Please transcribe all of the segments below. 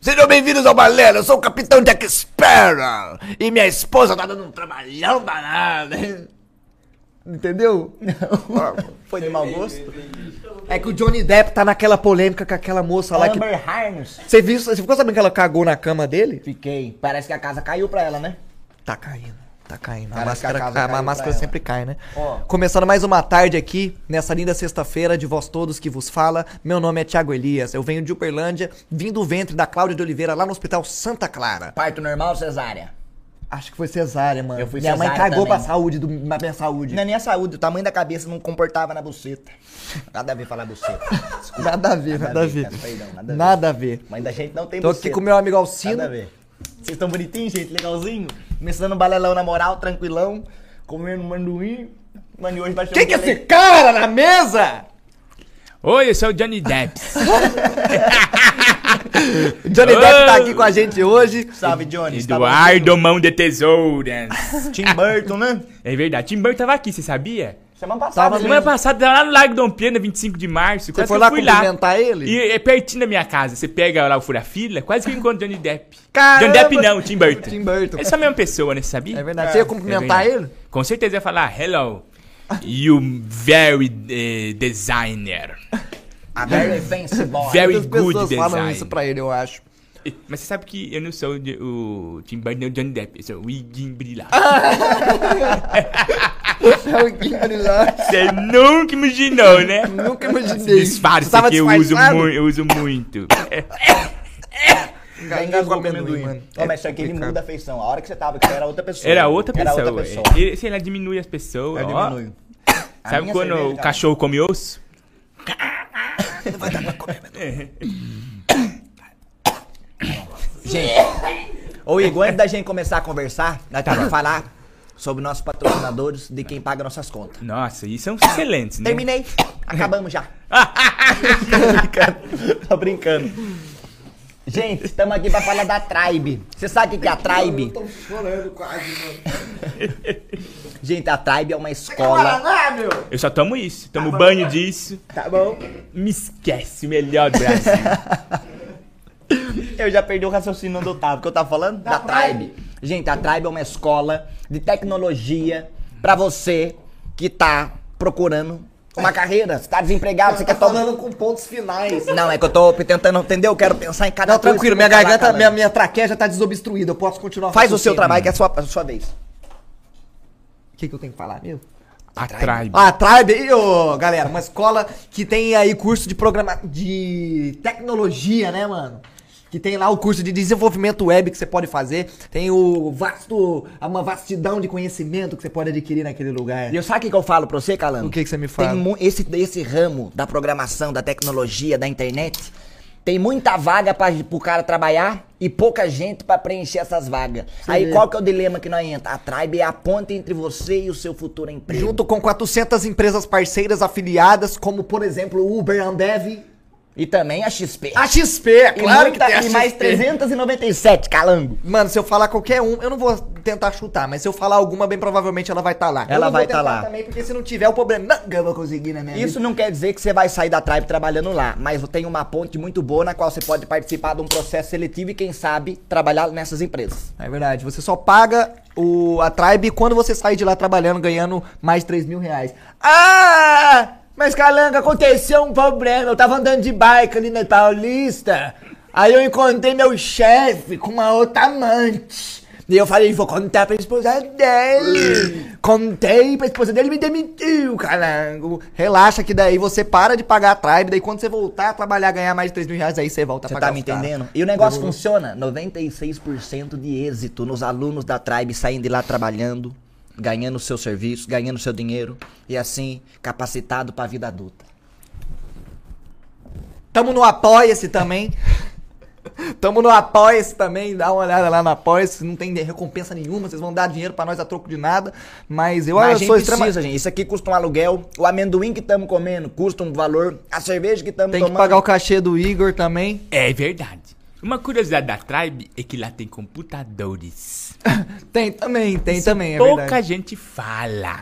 Sejam bem-vindos ao Balela, eu sou o Capitão Jack Sparrow e minha esposa tá dando um trabalhão danado, hein? Entendeu? Não. Foi de mau gosto? É que o Johnny Depp tá naquela polêmica com aquela moça lá que. Amber Harms. Você viu? Você ficou sabendo que ela cagou na cama dele? Fiquei. Parece que a casa caiu pra ela, né? Tá caindo, tá caindo. A Parece máscara, que a casa a- a caiu pra máscara ela. sempre cai, né? Ó. Começando mais uma tarde aqui, nessa linda sexta-feira, de vós todos que vos fala. Meu nome é Thiago Elias, eu venho de Uberlândia, vim do ventre da Cláudia de Oliveira, lá no Hospital Santa Clara. Parto normal ou cesárea? Acho que foi cesárea, Né? mano. Eu fui Minha mãe cesárea cagou também. pra saúde, do, na minha saúde. Não é nem a saúde, o tamanho da cabeça não comportava na buceta. Nada a ver falar buceta. Desculpa. Nada a ver, nada a ver. cara, perdão, nada a ver. Nada a ver. Mas da gente não tem Tô aqui com meu amigo Alcino. Nada a ver. Vocês estão bonitinhos, gente? Legalzinho? Começando o balelão na moral, tranquilão. Comendo manduim. Mano, e hoje vai ser Quem um que é rolê- esse cara na mesa? Oi, eu sou o Johnny Depp. Johnny Depp tá aqui com a gente hoje. Salve, Johnny. você tá Eduardo Mão de Tesouras. bom? Tim Burton, né? É verdade, Tim Burton tava aqui, você sabia? Semana passada. Tava né? Semana passada, tava lá no Largo Dom Pena, 25 de março. Você quase foi que lá eu fui lá. cumprimentar ele? E é pertinho da minha casa, você pega lá o fura-fila, quase que eu encontro Johnny Depp. Caramba! Johnny Depp não, Tim Burton. Tim Burton. É só a mesma pessoa, né, você sabia? É verdade. Você ia cumprimentar É ele? verdade. Com certeza eu ia falar, hello, you very eh, designer. A Very Fancy Boy. Very Muitas pessoas good falam design. isso pra ele, eu acho. Mas você sabe que eu não sou o de- o Tim Burton, nem o Johnny Depp, eu sou o Iguim Brilhar. É o Guilherme lá. Você nunca imaginou, né? Nunca imaginei. Disfarce Você tava que eu uso, disfarçado? mui- eu uso muito. Já Cara, engasgou com amendoim, amendoim. mano. É Ó, mas isso aqui ele complicado. muda a feição. A hora que você tava aqui, você era outra pessoa. Era outra pessoa. é. Era outra pessoa. Ele, sei lá, diminui as pessoas. Eu ó. diminuo. A Sabe minha quando cerveja, o cara. cachorro come osso? Gente, ou igual antes da gente começar a conversar, nós temos que falar sobre nossos patrocinadores, de quem paga nossas contas. Nossa, e são excelentes, né? Terminei. Acabamos já. Tô brincando. Gente, estamos aqui pra falar da Tribe. Você sabe o que que é a Tribe? Tô chorando quase, mano. Gente, a Tribe é uma escola. Paraná, meu! Eu só tomo isso. Tomo banho disso. Tá bom. Me esquece, o melhor do Brasil. Eu já perdi o raciocínio do Otávio, que eu tava falando? Da, Tribe. Gente, a Tribe é uma escola de tecnologia pra você que tá procurando uma carreira. Você tá desempregado, você tá quer tomar... falando com pontos finais. Não, é que eu tô tentando, entendeu? Eu quero pensar em cada Não, coisa tranquilo, que eu minha vou falar, garganta, cara. minha, minha traqueia já tá desobstruída, eu posso continuar Faz o seu raciocínio. trabalho, que é a sua, a sua vez. O que, que eu tenho que falar, meu? Atrai. Ah, Tribe, e, ô, galera, uma escola que tem aí curso de programa de tecnologia, né, mano? Que tem lá o curso de desenvolvimento web que você pode fazer, tem o vasto, uma vastidão de conhecimento que você pode adquirir naquele lugar. E eu sabe o que, que eu falo pra você, Calando? O que que você me fala? Tem mu- esse, esse ramo da programação, da tecnologia, da internet, tem muita vaga pra, pro cara trabalhar e pouca gente pra preencher essas vagas. Aí qual que é o dilema que nós entra? A Tribe é a ponte entre você e o seu futuro emprego. Junto com 400 empresas parceiras afiliadas, como por exemplo Uber, Ambev, E também a XP. a XP, é claro e que tem a E mais XP. 397, Calango. Mano, se eu falar qualquer um, eu não vou tentar chutar, mas se eu falar alguma, bem provavelmente ela vai estar lá. Ela Eu não vou vai tentar tá lá. também, porque se não tiver o problema, não, eu vou conseguir, né, minha Isso não quer dizer que você vai sair da Tribe trabalhando lá, mas tem uma ponte muito boa na qual você pode participar de um processo seletivo e, quem sabe, trabalhar nessas empresas. É verdade, você só paga o, a Tribe quando você sai de lá trabalhando, ganhando mais de 3 mil reais. Ah! Mas Calanga, aconteceu um problema. Eu tava andando de bike ali na Paulista. Aí eu encontrei meu chefe com uma outra amante. E eu falei, vou contar pra esposa dele. Contei pra esposa dele e me demitiu, calango. Relaxa que daí você para de pagar a Tribe, daí quando você voltar a trabalhar, ganhar mais de 3 mil reais, aí você volta a Você pagar tá me os caras. entendendo? E o negócio Demorou. funciona. 96% de êxito nos alunos da Tribe saindo de lá trabalhando, ganhando seu serviço, ganhando seu dinheiro e assim capacitado pra vida adulta. Tamo no Apoia-se também. Tamo no Apoia-se também, dá uma olhada lá no Apoia-se, não tem recompensa nenhuma, vocês vão dar dinheiro pra nós a troco de nada, mas eu, Mas a eu gente sou precisa, extrema... gente. Isso aqui custa um aluguel, o amendoim que estamos comendo custa um valor, a cerveja que estamos Tem que tomando. pagar o cachê do Igor também. É verdade. Uma curiosidade da Tribe é que lá tem computadores. Tem também, tem também, é Pouca verdade. gente fala.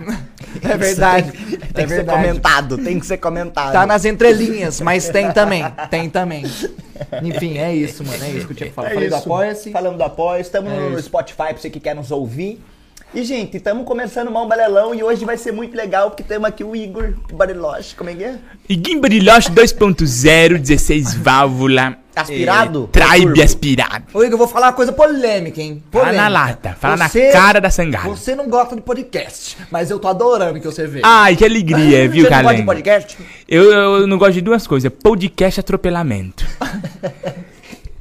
É verdade, Tem é que ser verdade. comentado, tem que ser comentado. Tá nas entrelinhas, mas tem também, tem também. Enfim, é isso, mano. É isso que eu tinha que falar. Falei do isso. Apoia-se. Falamos do apoia estamos É no Spotify pra você que quer nos ouvir. E, gente, estamos começando o Mão Balelão e hoje vai ser muito legal porque temos aqui o Igor Bariloche, como é que é? E Guimbarilhoche 2.0, 16 válvula. Aspirado? eh, tribe Turbo. aspirado. Ô, Igor, eu vou falar uma coisa polêmica, hein? Fala Polêmica. na lata, fala na cara da sangada. Você não gosta de podcast, mas eu tô adorando que você Ah. veio. Ai, que alegria, viu, Você não gosta de Calango? podcast? Eu, eu não gosto de duas coisas, podcast e atropelamento.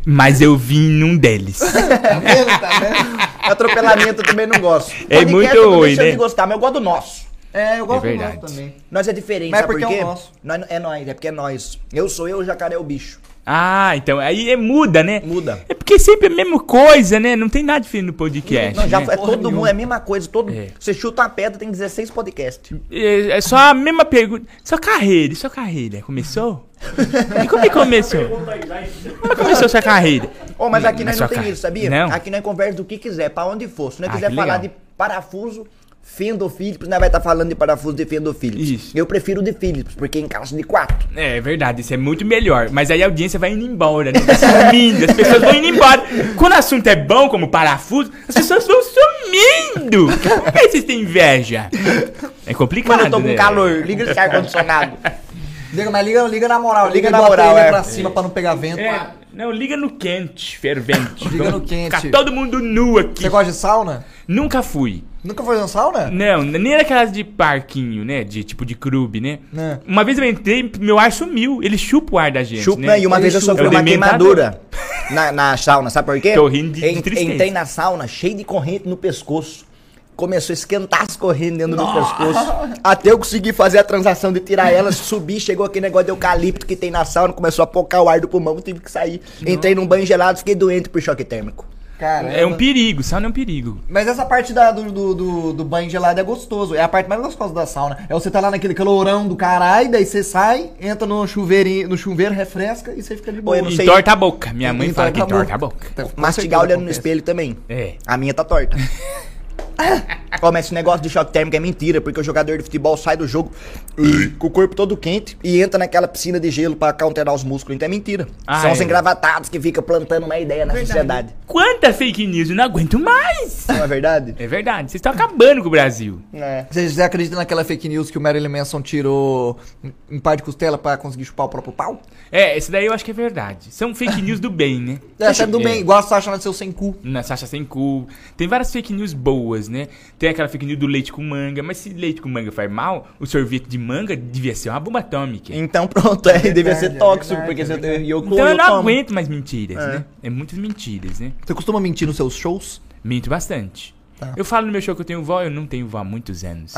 Mas eu vim num deles. Tá vendo? Tá vendo? Atropelamento eu também não gosto. É Podcast muito eu tô oi, deixando né? de gostar, mas eu gosto do nosso. É, eu gosto É do nosso verdade. também. Nós é diferente, Mas sabe porque por é o quê? nosso. Nós- é nós, é porque é nós. Eu sou eu, o jacaré é o bicho. Ah, então aí é, muda, né? Muda. É porque sempre é a mesma coisa, né? Não tem nada diferente no podcast. Não, já né? é todo mundo, é a mesma coisa. Todo, É. Você chuta uma pedra, tem 16 podcasts. É, é só a mesma pergunta. Sua carreira, e sua carreira? Começou? E como é que começou? Como é que começou sua carreira? Ô, mas aqui Na nós sua não tem cara. isso, sabia? Não. Aqui nós conversa do que quiser, pra onde for. Se nós Ah, quiser que falar de legal. parafuso, fendo Phillips, nós vai estar falando de parafuso de fendo Phillips. Isso. Eu prefiro de Phillips, porque encaixa de quatro. É verdade, isso é muito melhor. Mas aí a audiência vai indo embora, né? Vai Sumindo, as pessoas vão indo embora. Quando o assunto é bom, como parafuso, as pessoas vão sumindo. Por que vocês têm inveja? É complicado, Mano, eu tô com né? calor. Liga esse ar-condicionado. Liga, mas liga, liga na moral. Liga, Liga na na moral, é. pra cima pra não pegar vento. É, não, liga no quente, fervente. Liga no Vamos quente. Ficar todo mundo nu aqui. Você gosta de sauna? Nunca fui. Nunca foi em sauna? Não, nem naquelas de parquinho, né? De tipo de clube, né? Né. Uma vez eu entrei, meu ar sumiu. Ele chupa o ar da gente. Chupa, né? e uma Ele vez eu chupa. sofri É o uma dementador. queimadura na, na sauna, sabe por quê? Tô rindo de- de En- tristeza. Entrei na sauna cheio de corrente no pescoço. Começou a esquentar as correntes dentro do pescoço. Até eu conseguir fazer a transação de tirar elas, subir, chegou aquele negócio de eucalipto que tem na sauna, começou a pocar o ar do pulmão, tive que sair. Entrei num banho gelado, fiquei doente por choque térmico. Cara. É um perigo, sauna é um perigo. Mas essa parte da- do, do, do- do banho gelado é gostoso. É a parte mais gostosa da sauna. É você tá lá naquele calorão do caralho, daí você sai, entra no chuveirinho, no chuveiro, refresca e você fica de boa. Eu não sei. Entorta a boca. Minha mãe fala que Entorta a entorta a boca. Tá, com Mastigar certeza olhando no acontece. espelho também. É. A minha tá torta. Como esse negócio de choque térmico é mentira, porque o jogador de futebol sai do jogo com o corpo todo quente e entra naquela piscina de gelo pra counterar os músculos. Então é mentira. Ah, São os é. engravatados que ficam plantando uma ideia na sociedade. Quanta fake news, eu não aguento mais. Não é verdade? É verdade, vocês estão acabando com o Brasil. É. Vocês acreditam naquela fake news que o Marilyn Manson tirou um par de costela pra conseguir chupar o próprio pau? É, esse daí eu acho que é verdade. São fake news do bem, né? É, sabe do É. bem, igual a Sasha nasceu sem cu. Na Sasha Sem Cu. Tem várias fake news boas, né? Tem aquela fake news do leite com manga, mas se leite com manga faz mal, o sorvete de manga devia ser uma bomba atômica. Então pronto, é, devia ser é tóxico, verdade, porque é você verdade. tem eu Então eu não tomo. aguento mais mentiras, né? É muitas mentiras, né? Você costuma mentir nos seus shows? Minto bastante. Tá. Eu falo no meu show que eu tenho vó, eu não tenho vó há muitos anos.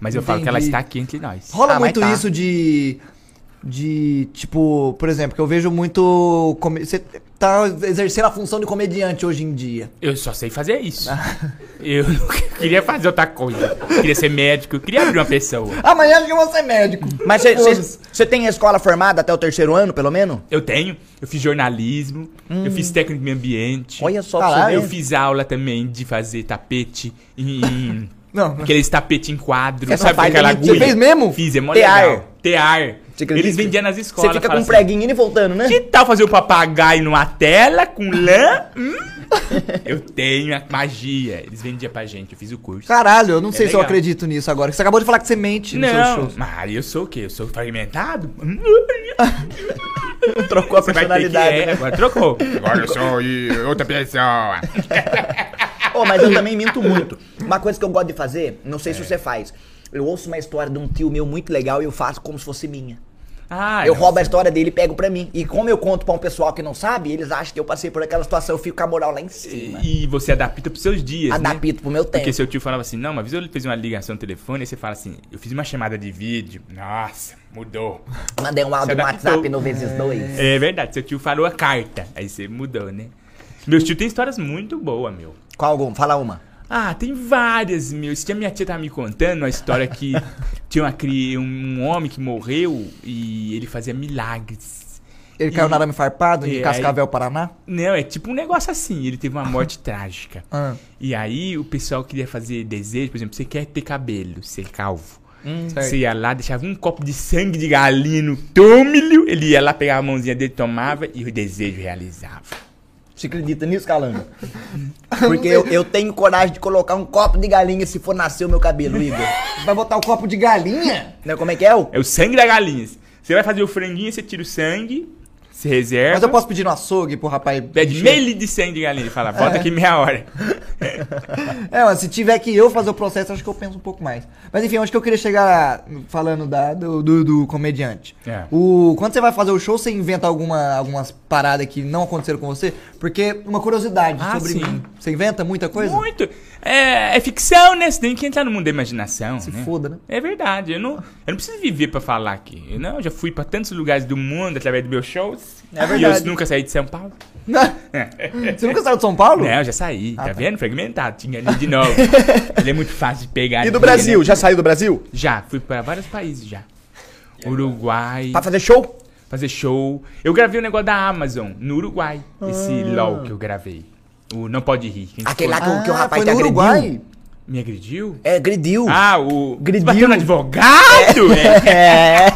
Mas eu falo que ela Entendi. está aqui entre nós. Rola Ah, mas muito tá. isso de. De. Tipo, por exemplo, que eu vejo muito. come- Você tá exercendo a função de comediante hoje em dia. Eu só sei fazer isso. Eu não queria fazer outra coisa. Eu Queria ser médico, eu queria abrir uma pessoa. Amanhã eu vou ser médico. Mas você tem a escola formada até o terceiro ano, pelo menos? Eu tenho, eu fiz jornalismo, eu fiz técnico de meio ambiente. Hum. Olha só pra Caralho, você Eu ver. fiz aula também de fazer tapete em. em- Não. aqueles tapete em quadro, Essa sabe parte aquela é agulha? mentira. Você fez mesmo? Fiz, é mó Tear. legal. Tear. Você acredita? Eles vendiam nas escolas. Você fica com fala um assim, preguinho indo e voltando, né? Que tal fazer o papagaio numa tela com lã? Hum? Eu tenho a magia. Eles vendiam pra gente, eu fiz o curso. Caralho, eu não sei se eu É legal. acredito nisso agora. que Você acabou de falar que você mente nos seus Não, shows. mas eu sou o quê? Eu sou fragmentado? Trocou a Você vai ter que personalidade, é, né? agora um- trocou. Agora eu sou e- outra pessoa. Ô, Oh, mas eu também minto muito. Uma coisa que eu gosto de fazer, não sei se você faz. Eu ouço uma história de um tio meu muito legal e eu faço como se fosse minha. Ah, eu não. roubo a história dele e pego pra mim. E como eu conto pra um pessoal que não sabe, eles acham que eu passei por aquela situação, eu fico com a moral lá em cima. E você adapta pros seus dias, né? Adapto pro meu tempo. Porque seu tio falava assim, não, uma vez ele fez uma ligação no telefone, aí você fala assim, eu fiz uma chamada de vídeo, nossa, mudou. Mandei um áudio se no adaptou. WhatsApp no vezes dois. É verdade, seu tio falou a carta, aí você mudou, né? Meu tio tem histórias muito boas, meu. Qual algum? Fala uma. Ah, tem várias, meu. Esse dia minha tia tava me contando uma história que tinha uma, cri- um homem que morreu e ele fazia milagres. Ele caiu na arame farpado e em aí- Cascavel, Paraná? Não, é tipo um negócio assim, ele teve uma morte trágica. Ah. E aí o pessoal queria fazer desejo, por exemplo, você quer ter cabelo, ser calvo. Você ia lá, deixava um copo de sangue de galinha no túmulo, ele ia lá, pegava a mãozinha dele, tomava e o desejo realizava. Você acredita nisso, Calango? Porque eu, eu tenho coragem de colocar um copo de galinha se for nascer o meu cabelo, Igor. Vai botar o copo de galinha? Não, como é que é? o? É o sangue da galinha. Você vai fazer o franguinho, você tira o sangue, se reserva. Mas eu posso pedir no açougue pro rapaz. Pede encher? meio litro É. de sangue de galinha. Fala, volta aqui meia hora. É, mas se tiver que eu fazer o processo, acho que eu penso um pouco mais. Mas enfim, acho que eu queria chegar falando da- do, do- do comediante. É. O, quando você vai fazer o show, você inventa alguma, algumas paradas que não aconteceram com você? Porque uma curiosidade Ah, sobre sim. mim. Você inventa muita coisa? Muito. É, é ficção, né? Você tem que entrar no mundo da imaginação. Se né? foda, né? É verdade. Eu não, eu não preciso viver pra falar aqui. Eu não, eu já fui pra tantos lugares do mundo através dos meus shows. É E eu verdade. nunca saí de São Paulo. você nunca saiu de São Paulo? Não, eu já saí. tá, vendo? Fragmentado. Tinha ali de novo. Ele é muito fácil de pegar. E do aqui, Brasil? né? Já saiu do Brasil? Já. Fui pra vários países já. Uruguai. Tá. Pra fazer show? fazer show. Eu gravei um negócio da Amazon no Uruguai. Esse LOL que eu gravei. O Não Pode Rir. Quem Aquele lá que, o- que o Ah, rapaz foi te no agrediu. Uruguai? Me agrediu? É, agrediu. Ah, o. Agrediu. Bateu no advogado? É.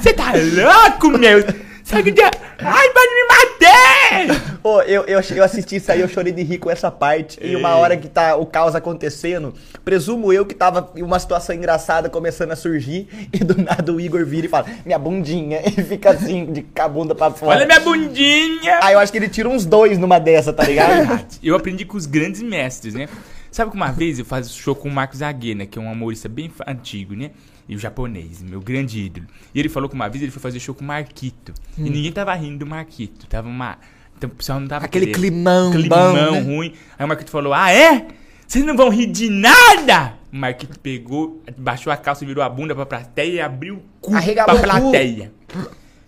Você tá louco, meu? Você agrediu. é? Ai, pode me matar! Ô, eu, eu, eu assisti isso aí, eu chorei de rir com essa parte. E uma hora que tá o caos acontecendo, presumo eu que tava uma situação engraçada começando a surgir, e do nada o Igor vira e fala, minha bundinha, e fica assim, de com a bunda pra fora. Olha minha bundinha! Aí eu acho que ele tira uns dois numa dessa, tá ligado? Eu aprendi com os grandes mestres, né? Sabe que uma vez eu faço show com o Marcos Aguena, que é um humorista bem fa- antigo, né? E o japonês, meu grande ídolo. E ele falou que uma vez ele foi fazer show com o Marquito. Hum. E ninguém tava rindo do Marquito. Tava uma. Então, o pessoal não tava Aquele querendo. climão, climão bom, né? ruim. Aí o Marquito falou: Ah, é? Vocês não vão rir de nada! O Marquito pegou, baixou a calça e virou a bunda pra plateia e abriu o cu Arregalou pra o cu. plateia.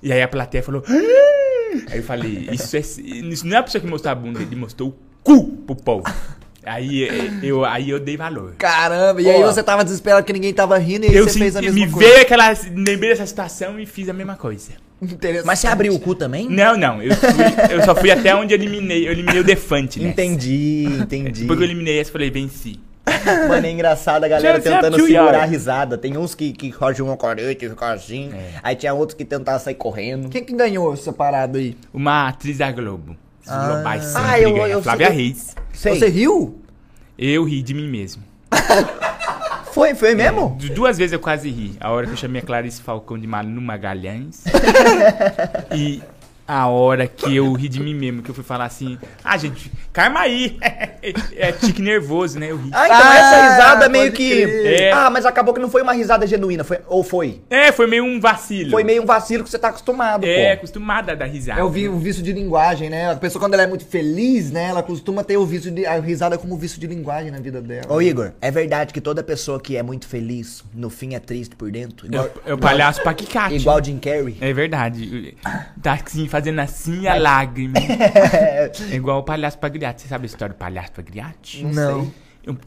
E aí a plateia falou. "Ah!" Aí eu falei, isso, é, isso não é a pessoa que mostrou a bunda, ele mostrou o cu pro povo. Aí eh, eu, aí eu dei valor. Caramba, e aí Boa. você tava desesperado que ninguém tava rindo e aí eu você fez a senti, me mesma coisa. veio aquela. Lembrei dessa situação e fiz a mesma coisa. Interessante. Mas você abriu o cu também? Não, não. Eu, fui- eu só fui até onde eu eliminei. Eu eliminei o Defante, né? entendi, entendi. Depois que eu eliminei essa, eu falei, venci. Mano, é engraçado a galera Já- já tentando viu, segurar Yara? a risada. Tem uns que, que rogem uma corete, ficam assim. É. Aí tinha outros que tentavam sair correndo. Quem que ganhou essa parada aí? Uma atriz da Globo. Esses globais sempre Ah, eu- ganham. eu- Flávia eu- Reis. Sei. Você riu? Eu ri de mim mesmo. Foi, foi mesmo? Du- Duas vezes eu quase ri. A hora que eu chamei a Clarice Falcão de Manu Magalhães. e a hora que eu ri de mim mesmo, que eu fui falar assim: Ah, gente, calma aí. é tique nervoso, né? Eu ri. Ah, então Ah, essa risada pode meio que. crer. É. Ah, mas acabou que não foi uma risada genuína. Foi... Ou foi? É, foi meio um vacilo. Foi meio um vacilo que você tá acostumado, É, pô. acostumada a dar risada. É o vi- o vício de linguagem, né? A pessoa, quando ela é muito feliz, né? Ela costuma ter o vício de. A risada como um vício de linguagem na vida dela. Ô, Igor, é verdade que toda pessoa que é muito feliz, no fim é triste por dentro? É Igual, o- é o palhaço paquicate. igual Jim Carrey? É verdade. Tá assim, fazendo assim a lágrima. É igual o palhaço pagliati. Você sabe a história do palhaço pagliati? Não.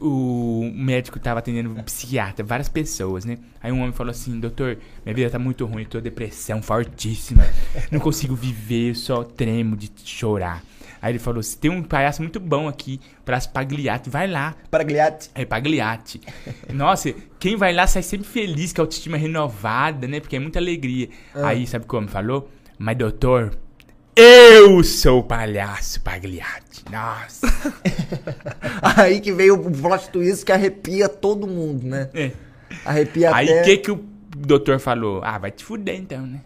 O, o médico tava atendendo um psiquiatra, várias pessoas, né? Aí um homem falou assim, doutor, minha vida tá muito ruim, eu tô depressão fortíssima. Não consigo viver, eu só tremo de chorar. Aí ele falou assim, tem um palhaço muito bom aqui, palhaço pagliati, vai lá. Paragliati. É Pagliatti. Nossa, quem vai lá sai sempre feliz, com a autoestima é renovada, né? Porque é muita alegria. Aí, sabe como falou? Mas, doutor, eu sou o palhaço Pagliatti. Nossa. Aí que veio o plot twist que arrepia todo mundo, né? É. Arrepia Aí, até... o que que o doutor falou? Ah, vai te fuder então, né?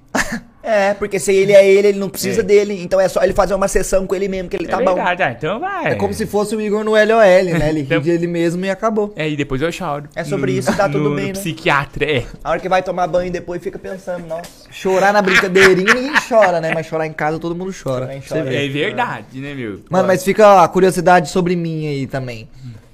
É, porque se ele é ele, ele não precisa É. dele. Então é só ele fazer uma sessão com ele mesmo, que ele É tá bom. verdade, ah, então vai. É como se fosse o Igor no LOL, né? Ele ri Então- de ele mesmo e acabou. É, e depois eu choro. É sobre isso, tá tudo no, bem, no né? psiquiatra, é. A hora que vai tomar banho depois fica pensando, nossa. Chorar na brincadeirinha ninguém chora, né? Mas chorar em casa todo mundo chora. Chorar em Você vê. É. É verdade, né, meu? Mano, mas fica a curiosidade sobre mim aí também.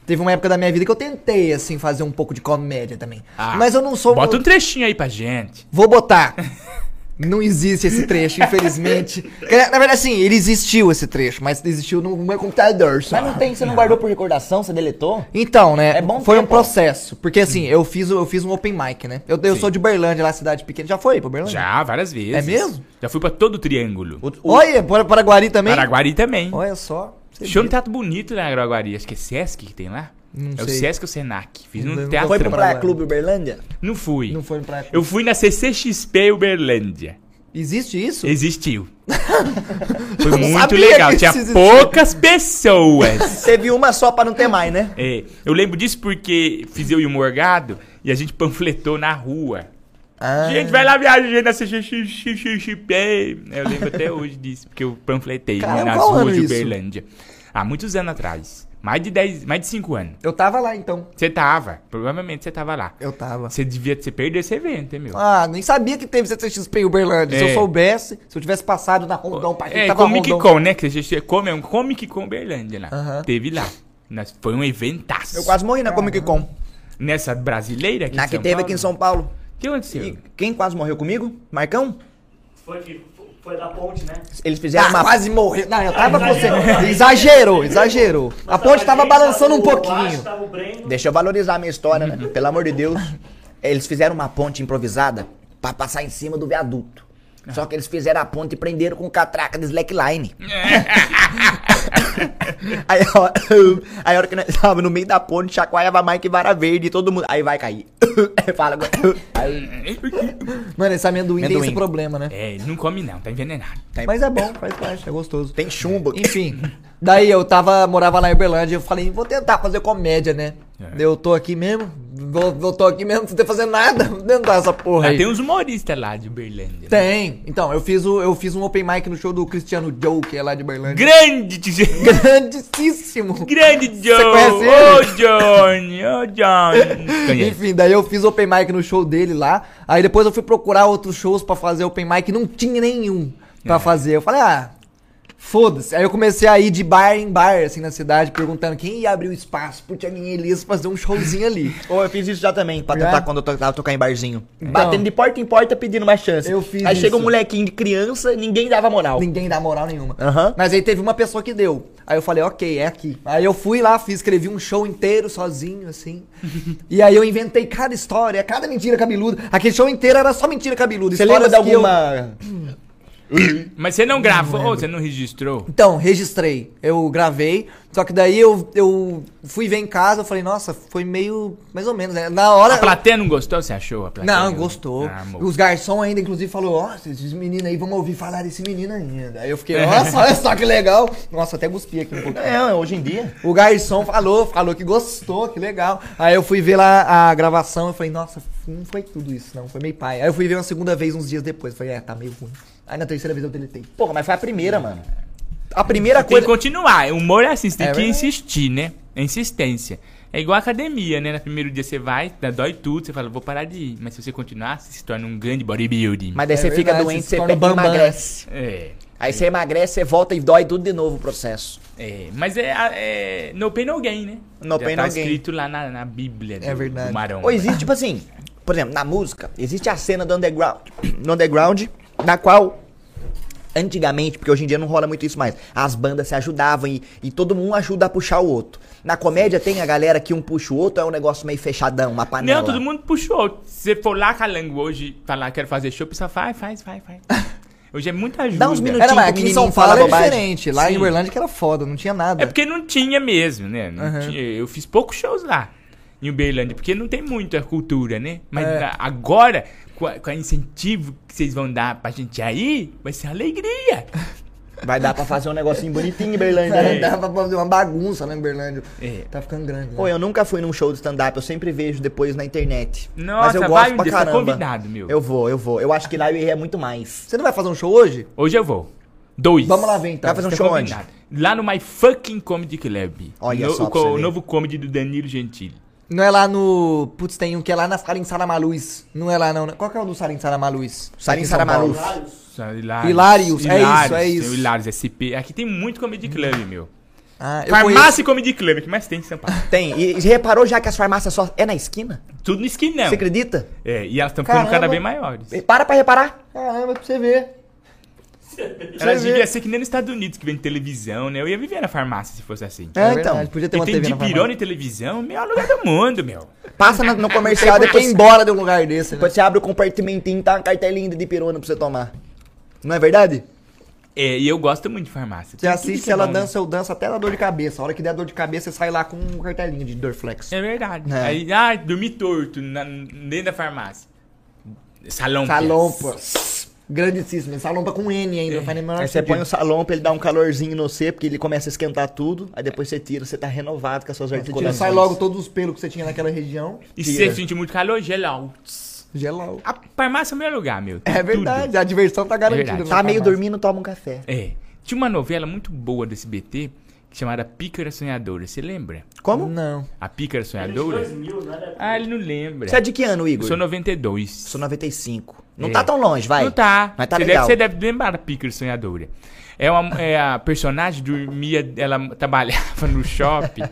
Teve uma época da minha vida que eu tentei, assim, fazer um pouco de comédia também. Ah, mas eu não sou. Bota um trechinho aí pra gente. Vou botar. Não existe esse trecho, infelizmente. Quer dizer, Na verdade, assim, ele existiu esse trecho, mas existiu no meu computador só. Mas não tem, você não guardou por recordação, você deletou? Então, né? É bom foi ter, um pô. processo. Porque assim, eu fiz, o- eu fiz um open mic, né? Eu, eu sou de Berlândia, lá cidade pequena. Já foi pra Berlândia? Já, várias vezes. É mesmo? Já fui pra todo o Triângulo. Olha, para Paraguari também? Paraguari também. Olha só. você Show no vê. Teatro Bonito, né, Araguari? Acho que é Sesc que tem lá. Não é o sei. Sesc ou Senac. Fiz Não num vou teatro. Foi pro Pra Praia lá. Clube Uberlândia? Não fui. Não foi pra. Eu fui na CCXP Uberlândia. Existe isso? Existiu. Foi muito sabia legal. que Tinha isso existia. poucas pessoas. Teve uma só pra não ter mais, né? É, eu lembro disso porque fiz eu e o Morgado e a gente panfletou na rua. Ah. Gente, vai lá viajar na CCXP. Eu lembro até hoje disso, porque eu panfletei Caramba, nas qual ano ruas de isso? Uberlândia. Há muitos anos atrás. Mais de 10, mais de 5 anos. Eu tava lá então. Você tava, provavelmente você tava lá. Eu tava. Você devia ter perdido esse evento, hein, meu? Ah, nem sabia que teve CCXP em Uberlândia. Se É. eu soubesse, se eu tivesse passado na Rondon pra quem é, tava Comic Rondon. Con, né? Que você come, é um Comic Con Uberlândia lá. Aham. Teve lá. Nós- foi um eventaço. Eu quase morri na Comic Con. Nessa brasileira aqui Na em que São teve Paulo? aqui em São Paulo. O que aconteceu? E quem quase morreu comigo? Marcão? Foi, que- foi da ponte, né? Eles fizeram Ah, uma. quase morreu. Não, eu tava com você. Exagerou, exagerou. A ponte tava balançando um Tava o Lacho, pouquinho. Tava o Brendo. Deixa eu valorizar a minha história, Uhum. né? Pelo amor de Deus. Eles fizeram uma ponte improvisada pra passar em cima do viaduto. Ah. Só que eles fizeram a ponte e prenderam com catraca de slackline. aí, a hora, aí a hora que nós tava no meio da ponte, chacoalhava Mike Vara Verde e todo mundo. Aí vai cair. Fala agora. Aí, Mano, esse amendoim, tem Amendoim. esse problema, né? É, ele não come não, tá envenenado. Mas é bom, faz parte, é gostoso. tem chumbo. Enfim, daí eu tava, morava lá em Uberlândia, eu falei, vou tentar fazer comédia, né? É. Eu tô aqui mesmo, vou, eu tô aqui mesmo sem ter fazer nada, vou tentar essa porra Ah, aí. tem uns humoristas lá de Uberlândia. né? Tem. Então, eu fiz, o, eu fiz um open mic no show do Cristiano Joe, que é lá de Uberlândia. Grande, Tio- Grandíssimo! grande John. conhece Ô, Johnny, ô, Johnny. Conhece. Enfim, daí eu fiz open mic no show dele lá. Aí depois eu fui procurar outros shows pra fazer open mic, não tinha nenhum É. pra fazer. Eu falei, ah, foda-se. Aí eu comecei a ir de bar em bar, assim, na cidade, perguntando quem ia abrir o espaço pro Tiaguinho e Elias fazer um showzinho ali. Ou eu fiz isso já também, pra Já? Então. tentar quando eu tentava tocar em barzinho. Batendo de porta em porta pedindo uma chance. Eu fiz Aí chega um isso. molequinho de criança, ninguém dava moral. Ninguém dá moral nenhuma. Aham. Mas aí teve uma pessoa que deu. Aí eu falei, ok, é aqui. Aí eu fui lá, fiz, escrevi um show inteiro sozinho, assim. e aí eu inventei cada história, cada mentira cabeluda. Aquele show inteiro era só mentira cabeluda. Você lembra de histórias que eu- alguma. Mas você não gravou, você não registrou? Então, registrei. Eu gravei. Só que daí eu, eu fui ver em casa, eu falei, nossa, foi meio. mais ou menos, né? Na hora. A plateia não gostou, você achou? A plateia? Não, gostou. Ah, amor. Os garçons ainda, inclusive, falou, nossa, esses meninos aí, vamos ouvir falar desse menino ainda. Aí eu fiquei, É. nossa, olha só que legal. Nossa, até cuspi aqui um pouquinho. É, hoje em dia. O garçom falou, falou que gostou, que legal. Aí eu fui ver lá a gravação, eu falei, nossa, não foi tudo isso, não, foi meio pai. Aí eu fui ver uma segunda vez, uns dias depois, eu falei, é, tá meio ruim. Aí na terceira vez eu deletei. Porra, mas foi a primeira, mano. A primeira Tem que coisa. continuar. O humor é assim, você tem É que verdade. insistir, né? É insistência. É igual a academia, né? No primeiro dia você vai, dá- dói tudo, você fala, vou parar de ir. Mas se você continuar, você se torna um grande bodybuilding. Mas daí É você fica verdade, doente, se você torna pega e bambam. emagrece. É. Aí você emagrece, você volta e dói tudo de novo o processo. É, mas é, a- é no pain no gain, né? No Já pain, tá no gain. escrito lá na, na Bíblia do, É verdade. do Marão. Ou existe, tipo assim, por exemplo, na música, existe a cena do underground. No underground, na qual. Antigamente, porque hoje em dia não rola muito isso mais, as bandas se ajudavam e, e todo mundo ajuda a puxar o outro. Na comédia tem a galera que um puxa o outro, é um negócio meio fechadão, uma panela. Não, todo mundo puxou. Se você for lá calango hoje, falar quero fazer show, pessoal faz, faz, faz, faz. Hoje é muita ajuda. uns minutinhos. Era, mas aqui que o em um menininho São Paulo fala era bobagem. diferente. Lá em Sim. Uberlândia que era foda, não tinha nada. É porque não tinha mesmo, né? Não Aham. tinha- eu fiz poucos shows lá em Uberlândia, porque não tem muita cultura, né? Mas É. na- agora, com, a- com o incentivo que vocês vão dar pra gente aí, vai ser alegria. Vai dar pra fazer um negocinho bonitinho, Berlândia, Cara, né? dá pra fazer uma bagunça lá em Uberlândia. É. Tá ficando grande. né? Pô, eu nunca fui num show de stand-up, eu sempre vejo depois na internet. Nossa, Mas eu vai gosto um pra dia, você tá caramba. convidado, meu. Eu vou, eu vou. Eu acho que lá eu iria muito mais. Você não vai fazer um show hoje? Hoje eu vou. Dois. Vamos lá ver então. Vai fazer um Tá show combinado. Lá no My Fucking Comedy Club. Olha No- só o, pra você co- o ver. novo comedy do Danilo Gentili. Não é lá no. Putz, tem um que é lá na Sarim Saramaluz. Não é lá não, né? Qual que é o do Sarim Saramaluz? Sarim Aqui em São Saramaluz. Paulo. Hilários. Hilários, é isso, é tem isso. o Hilários SP. Aqui tem muito comedy club, meu. Ah, eu Farmácia e comedy club, o que mais tem em São Paulo? Tem. E, e reparou já que as farmácias só é na esquina? Tudo no esquinão. Você acredita? É, e elas estão ficando cada Caramba. vez maiores. E Para pra reparar. conheço. Caramba, pra você ver. Elas vê. deviam ser que nem nos Estados Unidos, que vem televisão, né? Eu ia viver na farmácia se fosse assim. É, então. verdade, podia ter E uma tem TV de na farmácia. pirone televisão, melhor lugar do mundo, meu. Passa na- no comercial, Cara, depois depois, ir embora de um lugar desse, né? depois você abre o compartimentinho, tá uma cartelinha de pirona pra você tomar. Não é verdade? É, e eu gosto muito de farmácia. Você Tudo assiste, que é ela bom, né? dança, eu danço até ela dor de cabeça. A hora que der dor de cabeça, você sai lá com um cartelinho de Dorflex. É verdade. Aí, ah, dormi torto na- dentro da farmácia. Salão. Salompa. Grandíssimo. Salompa com N ainda, É. não faz nem Aí você sentido. põe o salompa, ele dá um calorzinho no você, porque ele começa a esquentar tudo. Aí depois você tira, você tá renovado com as suas Você tira, articulações. sai logo todos os pelos que você tinha naquela região. E se você sente muito calor, gelal. Gelou. A farmácia é o melhor lugar, meu. Tem É tudo. É verdade, a diversão tá garantida. Verdade. na Tá meio farmácia. dormindo, toma um café. É. Tinha uma novela muito boa do SBT chamada Pícara Sonhadora. Você lembra? Como? Não. A Pícara Ele de Sonhadora? 2000, não era... Ah, ele não lembra. Você é de que ano, Eu Igor? sou 92. Sou 95. Não É. tá tão longe, vai. Não tá. Mas tá você, legal. Deve, você deve lembrar da Pícara Sonhadora. É, uma, é a personagem dormia, ela trabalhava no shopping.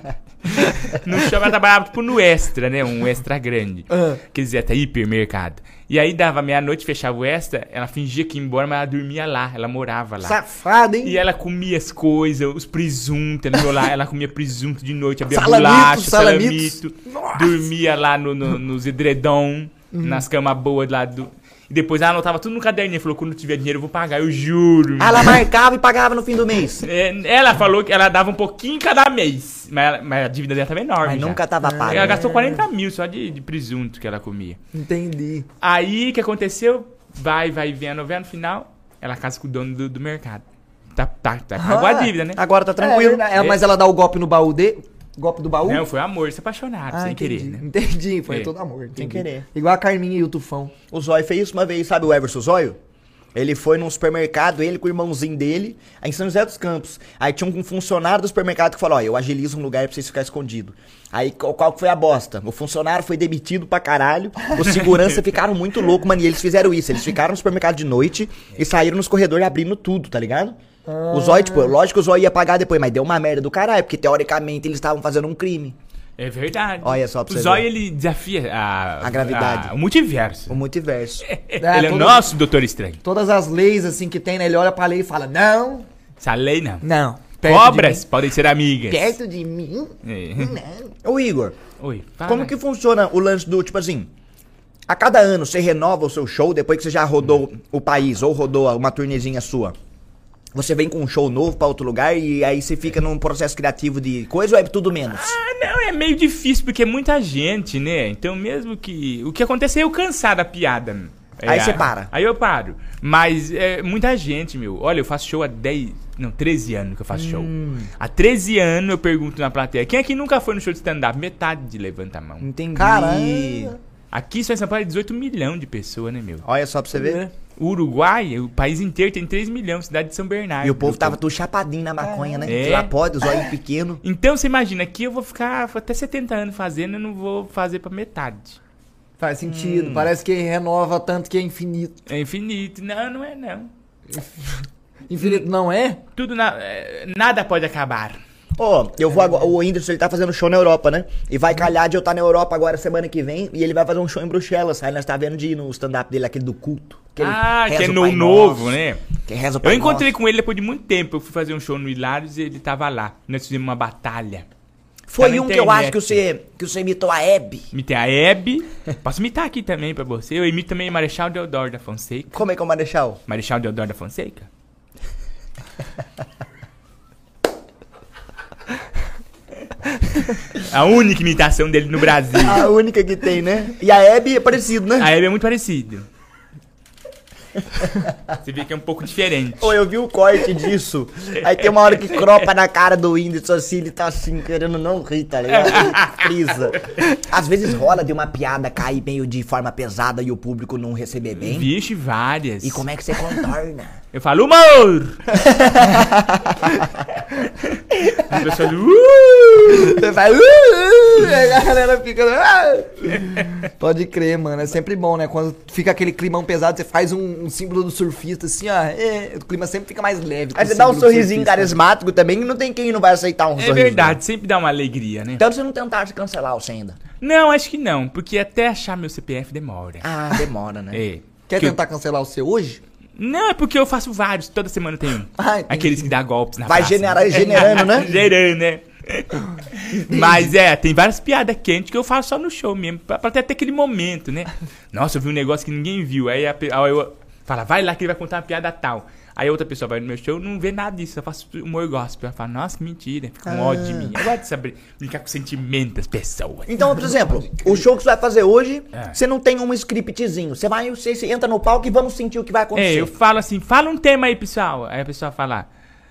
no shopping ela trabalhava tipo no extra, né? Um extra grande. Quer dizer, até hipermercado. E aí dava meia-noite, fechava o extra, ela fingia que ia embora, mas ela dormia lá, ela morava lá. Safado, hein? E é- ela comia as coisas, os presuntos, ela, ia lá, ela comia presunto de noite, abria Salamitos, bolacha, salamitos. salamito, dormia lá no, Hum. no- nos edredom, nas camas boas lá do... E depois ela anotava tudo no caderninho, falou, quando tiver dinheiro eu vou pagar, eu juro. Ah, Ela marcava e pagava no fim do mês. É, Ela falou que ela dava um pouquinho cada mês, mas, ela- mas a dívida dela tava enorme Mas já. É. nunca né? tava pago. Ela gastou 40 mil só de, de presunto que ela comia. Entendi. Aí o que aconteceu? Vai, vai, vem a novela no final, ela casa com o dono do, do mercado. Tá, tá, tá. Pagou a dívida, né? Agora tá Tranquilo. tranquilo. né? É, mas ela dá o golpe no baú de... Golpe do baú? Ah, Não, foi amor, se apaixonaram, É Ah, sem entendi. querer, né? Entendi, foi É. todo amor. entendi. querer. Igual a Carminha e o Tufão. O Zóio fez isso uma vez, sabe o Everson Zóio? Ele foi num supermercado, ele com o irmãozinho dele, aí em São José dos Campos. Aí tinha um funcionário do supermercado que falou, ó, eu agilizo um lugar pra vocês ficarem escondidos. Aí qual, qual que foi a bosta? O funcionário foi demitido pra caralho, os segurança ficaram muito loucos, mano, e eles fizeram isso. Eles ficaram no supermercado de noite e saíram nos corredores abrindo tudo, tá ligado? O Zóio, tipo, lógico que o Zóio ia pagar depois, mas deu uma merda do caralho, porque teoricamente eles estavam fazendo um crime. É verdade. Olha só pra O você Zóio, ver. ele desafia a... A gravidade. a- o multiverso. O multiverso. ele é o todo- nosso Doutor Estranho. Todas as leis, assim, que tem, né? Ele olha pra lei e fala, não, Essa lei não. não. Perto de Cobras podem ser mim- amigas. Perto de mim? É. Não. Ô Igor, Oi, fala. Como que funciona o lance do, tipo assim, a cada ano você renova o seu show depois que você já rodou o país ou rodou uma turnezinha sua? Você vem com um show novo pra outro lugar e aí você fica num processo criativo de coisa ou é tudo menos? Ah, não, é meio difícil, porque é muita gente, né? Então, mesmo que... O que acontecer é eu cansar da piada. É, Aí você a- para. Aí eu paro. Mas é muita gente, meu. Olha, eu faço show há 10... Não, 13 anos que eu faço show. Hum. Há 13 anos eu pergunto na plateia, quem aqui nunca foi no show de stand-up? Metade de levanta a mão. Entendi. Caramba. Aqui só em São Paulo é 18 milhões de pessoas, né, meu? Olha só pra você ver. O Uruguai, o país inteiro tem 3 milhões, cidade de São Bernardo. E o povo tava tudo chapadinho na maconha, né? É. Lá pode, os olhos pequenos. Então você imagina, aqui eu vou ficar até 70 anos fazendo, eu não vou fazer pra metade. Faz sentido. Parece que renova tanto que é infinito. É infinito. Não, não é não. Infinito não é? Tudo na- é, nada pode acabar. Ó, eu vou agora. O Whindersson ele tá fazendo show na Europa, né? E vai calhar de eu estar na Europa agora semana que vem. E ele vai fazer um show em Bruxelas. Aí nós tá vendo de ir no stand-up dele, aquele do culto. ele ah, que reza é o no Pai novo, Nosso, né? Que reza o Eu Pai encontrei Nosso. com ele depois de muito tempo. Eu fui fazer um show no Hilários e ele tava lá. Nós fizemos uma batalha. Foi Tá na um que eu acho internet. que você, que você imitou a Hebe. Imitei a Hebe. Posso imitar aqui também pra você. Eu imito também Marechal Deodoro da Fonseca. Como é que é o Marechal? Marechal Deodoro da Fonseca? A única imitação dele no Brasil. A única que tem, né? E a Hebe é parecido, né? A Hebe é muito parecido. Você vê que é um pouco diferente. Ô, eu vi o corte disso. Aí tem uma hora que cropa na cara do Whindersson assim, ele tá assim, querendo não rir, tá ligado? Frisa. Às vezes rola de uma piada cair meio de forma pesada e o público não receber bem. Vixe, várias. E como é que você contorna? Eu falo, humor! As pessoas, "Uh!" Você vai. "Uh, uh", e a galera fica. "Ah". Pode crer, mano. É sempre bom, né? Quando fica aquele climão pesado, você faz um, um símbolo do surfista, assim, ó. é, o clima sempre fica mais leve. Aí com você o dá um símbolo do sorrisinho surfista. carismático também, que não tem quem não vai aceitar um É sorriso. verdade, sempre dá uma alegria, né? Então você não tentar se cancelar você ainda. Não, acho que não, porque até achar meu CPF demora. Ah, demora, né? É. Quer Que eu- tentar cancelar o seu hoje? Não, é porque eu faço vários, toda semana tem um. Ah, entendi. Aqueles que dá golpes na Vai praça, generar, generando, né? Gerando, né? Mas é, tem várias piadas quentes que eu faço só no show mesmo, pra, pra ter até aquele momento, né? Nossa, eu vi um negócio que ninguém viu. Aí, a, pe- aí eu fala, vai lá que ele vai contar uma piada tal. Aí outra pessoa vai no meu show não vê nada disso. Eu faço humor gospel. Ela fala, nossa, que mentira. Fica com ódio Ah. de mim. Eu gosto de saber brincar com o sentimento das pessoas. Então, por exemplo, o show que você vai fazer hoje, É. você não tem um scriptzinho. Você vai, você, você entra no palco e vamos sentir o que vai É, acontecer. eu falo assim, fala um tema aí, pessoal. Aí a pessoa fala,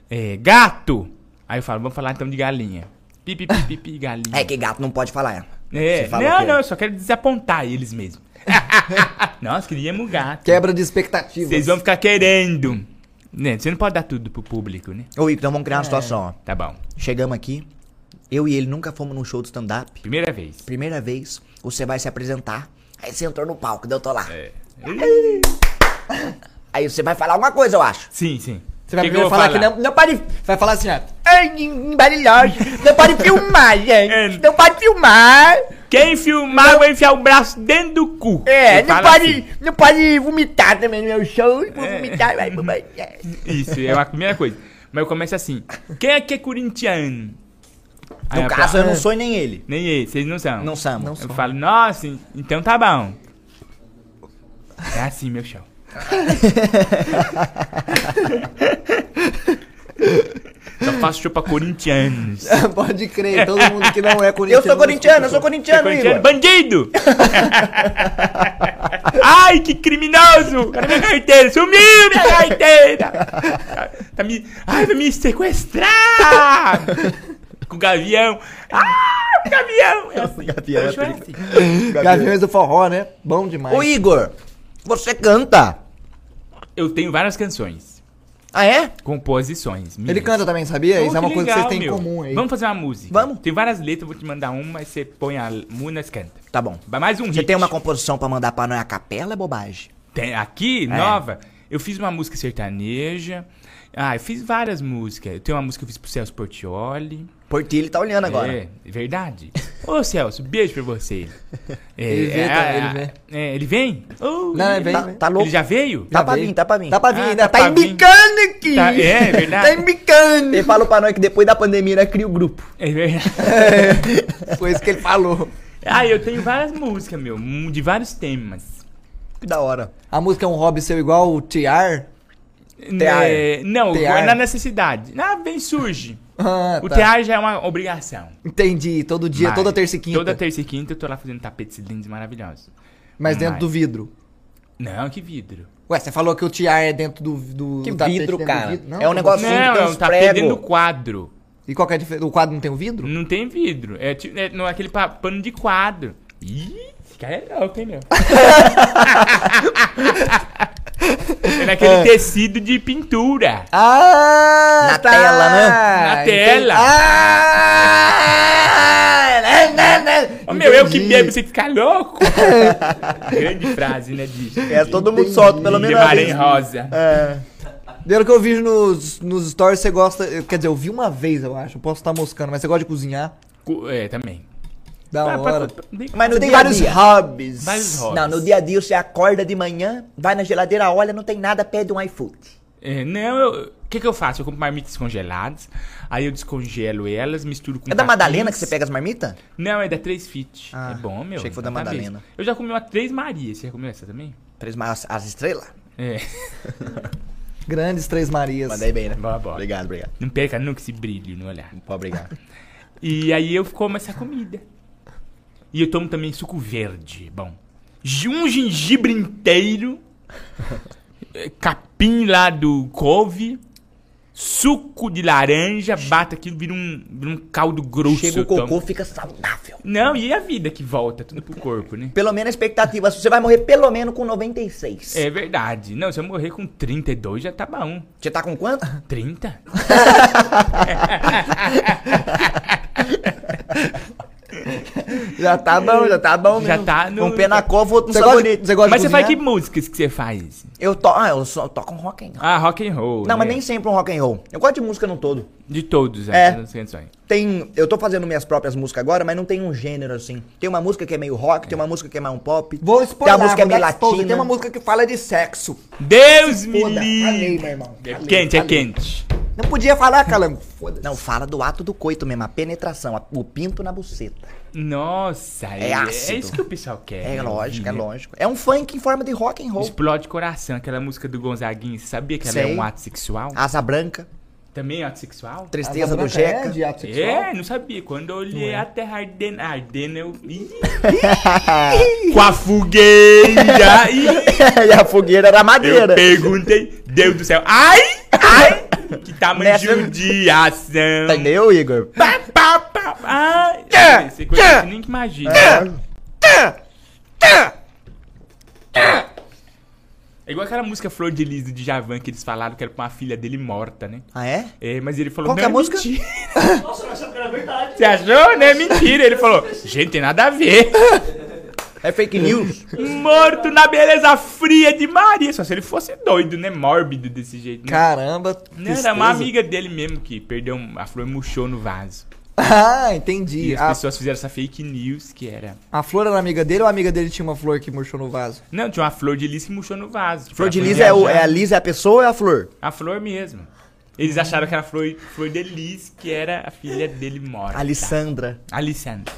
é, gato. Aí eu falo, vamos falar então de galinha. Pi, pi, pi, pi, pi, galinha. É que gato não pode falar. é. É, Você fala o não, quê? não, eu só quero desapontar eles mesmo. Nós queríamos é um gato. Quebra de expectativas. Vocês vão ficar querendo. Né, Você não pode dar tudo pro público, né? Ô, Igor, então vamos criar uma situação, ó. Tá bom. Chegamos aqui, eu e ele nunca fomos num show de stand-up. Primeira vez. Primeira vez, você vai se apresentar, aí você entrou no palco, daí eu tô lá. É. Aí você vai falar alguma coisa, eu acho. Sim, sim. Você vai Que que primeiro eu vou falar, que não, não pode. Você vai falar assim, ó. Ai, embarilhote. Não pode filmar, gente. Não pode filmar. Quem filmar vai enfiar o braço dentro do cu. É, Você não fala pode, assim. não pode vomitar também no meu show. Vou vomitar, vai, vou vomitar. É. Isso, é a primeira coisa. Mas eu começo assim. Quem é que é corintiano? Aí No eu caso, falo, eu não sou e nem ele. Nem ele, vocês não são. Não somos. Eu falo, nossa, então tá bom. É assim, meu show. Só faço show pra corintianos. Pode crer, todo mundo que não é Eu corintiano. sou corintiano, eu sou corintiano, Corintiano, Igor. bandido! Ai, que criminoso! Cadê minha carteira? Sumiu minha carteira! Tá me... Ai, vai me sequestrar! Com o gavião. Ah, o gavião! É assim. Gavião é Deixa eu triste. assim. Gaviões do forró, né? Bom demais. Ô, Igor, você canta. Eu tenho várias canções, Ah, é? composições. Ele canta também, sabia? Isso é uma coisa que vocês têm em meu. comum aí. Vamos fazer uma música. Vamos. Tem várias letras, eu vou te mandar uma, aí você põe a Munas canta. Tá bom. Vai Mais um Você hit. tem uma composição pra mandar pra nós a capela, é bobagem? Tem- É. aqui, nova, eu fiz uma música sertaneja. Ah, eu fiz várias músicas. Eu tenho uma música que eu fiz pro Celso Portioli. Portilho tá olhando agora. É, é verdade. Ô, Celso, beijo pra você. É, Ele vem, é, tá? é, Ele é, vem? é, ele vem? Oh, Não, é, ele vem. Tá, tá louco? Ele já veio? Tá Já pra veio. vir, tá pra vir. Dá pra vir, Ah, ainda tá tá, pra vir. embicando aqui. Tá- é, é verdade. Tá embicando. Ele falou pra nós que depois da pandemia nós cria o grupo. É verdade. é. Foi isso que ele falou. Ah, eu tenho várias músicas, meu, de vários temas. Que da hora. A música é um hobby seu igual o Tiar? Tear. É, não, Tear. na necessidade. Ah, bem surge. Ah, O tá. tear já é uma obrigação. Entendi. Todo dia, Mas toda terça e quinta. Toda terça e quinta eu tô lá fazendo tapetes lindos e maravilhosos. Mas dentro Mas- do vidro. Não, que vidro. Ué, você falou que o tiar é dentro do, do, Que do tapete vidro, dentro do cara. vidro? Não, É um negócio assim que não, tem é uns um tapete dentro do prego. quadro. E qual que é a diferença? O quadro não tem o vidro? Não tem vidro. É, ti- é não é aquele pa- pano de quadro. Ih, esse cara é louco, hein, meu? é naquele tecido de pintura. Ah! Na tela, né? Na entendi. tela. Ah! né, né, né. Ô, meu, eu que Entendi. bebo, você fica louco. Grande frase, né, disso. É, todo mundo solta, pelo é menos. uma assim. Guimarães vez. É. Rosa. É. Pelo que eu vi nos, nos stories, você gosta. eu- Quer dizer, eu vi uma vez, eu acho. Eu posso estar moscando, mas você gosta de cozinhar. Cu- É, também. Da Ah, pra- hora. pra- tem- Mas no Você tem dia a vários dia. hobbies. vários hobbies. Não, no dia a dia você acorda de manhã, vai na geladeira, olha, não tem nada, pede um iFood. É, não, eu- o que, que eu faço? Eu compro marmitas congeladas, aí eu descongelo elas, misturo com. É da caqui. Madalena que você pega as marmitas? Não, é da Três Fit. é bom, meu. Ah, achei que foi da tá Madalena. bem. Eu já comi uma Três Maria. Você já comeu essa também? Três ma- as, as estrelas? É. Grandes Três Marias. Mandei bem, né? Bora, bora. Obrigado, obrigado. Não perca nunca esse brilho no olhar. Obrigado. E aí eu como essa comida. E eu tomo também suco verde. Bom. gi- Um gengibre inteiro. eh, Capim lá do couve. Suco de laranja. Bata aquilo, vira um, vira um caldo grosso. Chega o eu tomo. cocô, fica saudável. Não, e a vida que volta, tudo pro corpo, né? Pelo menos a expectativa, você vai morrer pelo menos com 96. É verdade. Não, se eu morrer com 32 já tá bom. Você tá com quanto? 30? Já tá bom, já tá bom Já tá no. Um pé na cova, outro no Você gosta, sabonete. você gosta Mas de você faz que cozinhar? músicas que você faz? Eu to... Ah, eu só toco um rock and roll. Ah, rock and roll. Não, né? mas nem sempre um rock and roll. Eu gosto de música no todo. De todos É. as as canções. Tem, eu tô fazendo minhas próprias músicas agora, mas não tem um gênero assim. Tem uma música que é meio rock, tem uma música que é mais um pop. Vou expor Tem lá, a música é vou meio dar exposure. latina. Tem uma música que fala de sexo. Deus me Foda, falei, meu livre! irmão. É quente, é quente. Não podia falar, calango. Foda-se. Não, fala do ato do coito mesmo, a penetração, a- o pinto na buceta. Nossa, é, ácido. é isso que o pessoal quer. É né? lógico, é lógico. É um funk em forma de rock and roll. Explode coração, aquela música do Gonzaguinha. Você sabia que ela é Sei. Ah. um ato sexual? Asa branca, Também é um ato sexual? tristeza do Branca Jeca. é de ato sexual? É, não sabia. Quando eu É. olhei a terra ardendo, ardendo eu. Ih, ih, Com a fogueira! ih, e a fogueira era Eu madeira. perguntei, Deus do céu. Ai! Ai! Que tamanho de Nessa- Tá judiação! Entendeu, Igor? Pá, pá, pá, ai! Você coisa que nem que imagina. É igual aquela música Flor de Lis do Djavan que eles falaram que era pra uma filha dele morta, né? Ah, é? É, mas ele falou, Qual que é não, a música? mentira. Nossa, eu achava que era verdade. Você achou, né? Mentira. Ele falou, gente, tem nada a ver. É fake news. Morto na beleza fria de Maria. Só se ele fosse doido, né? Mórbido desse jeito. Né? Caramba. Não, era uma amiga dele mesmo que perdeu. um- A flor murchou no vaso. Ah, E entendi. as A, pessoas fizeram essa fake news que era. a flor era amiga dele ou a amiga dele tinha uma flor que murchou no vaso? Não, tinha uma flor de lis que murchou no vaso. Flor de Ela foi lis é, o- viajar. é a lis, é a pessoa ou é a flor? A flor mesmo. Eles acharam que era a flor, flor de lis, que era a filha dele morta. Alissandra. Alissandra.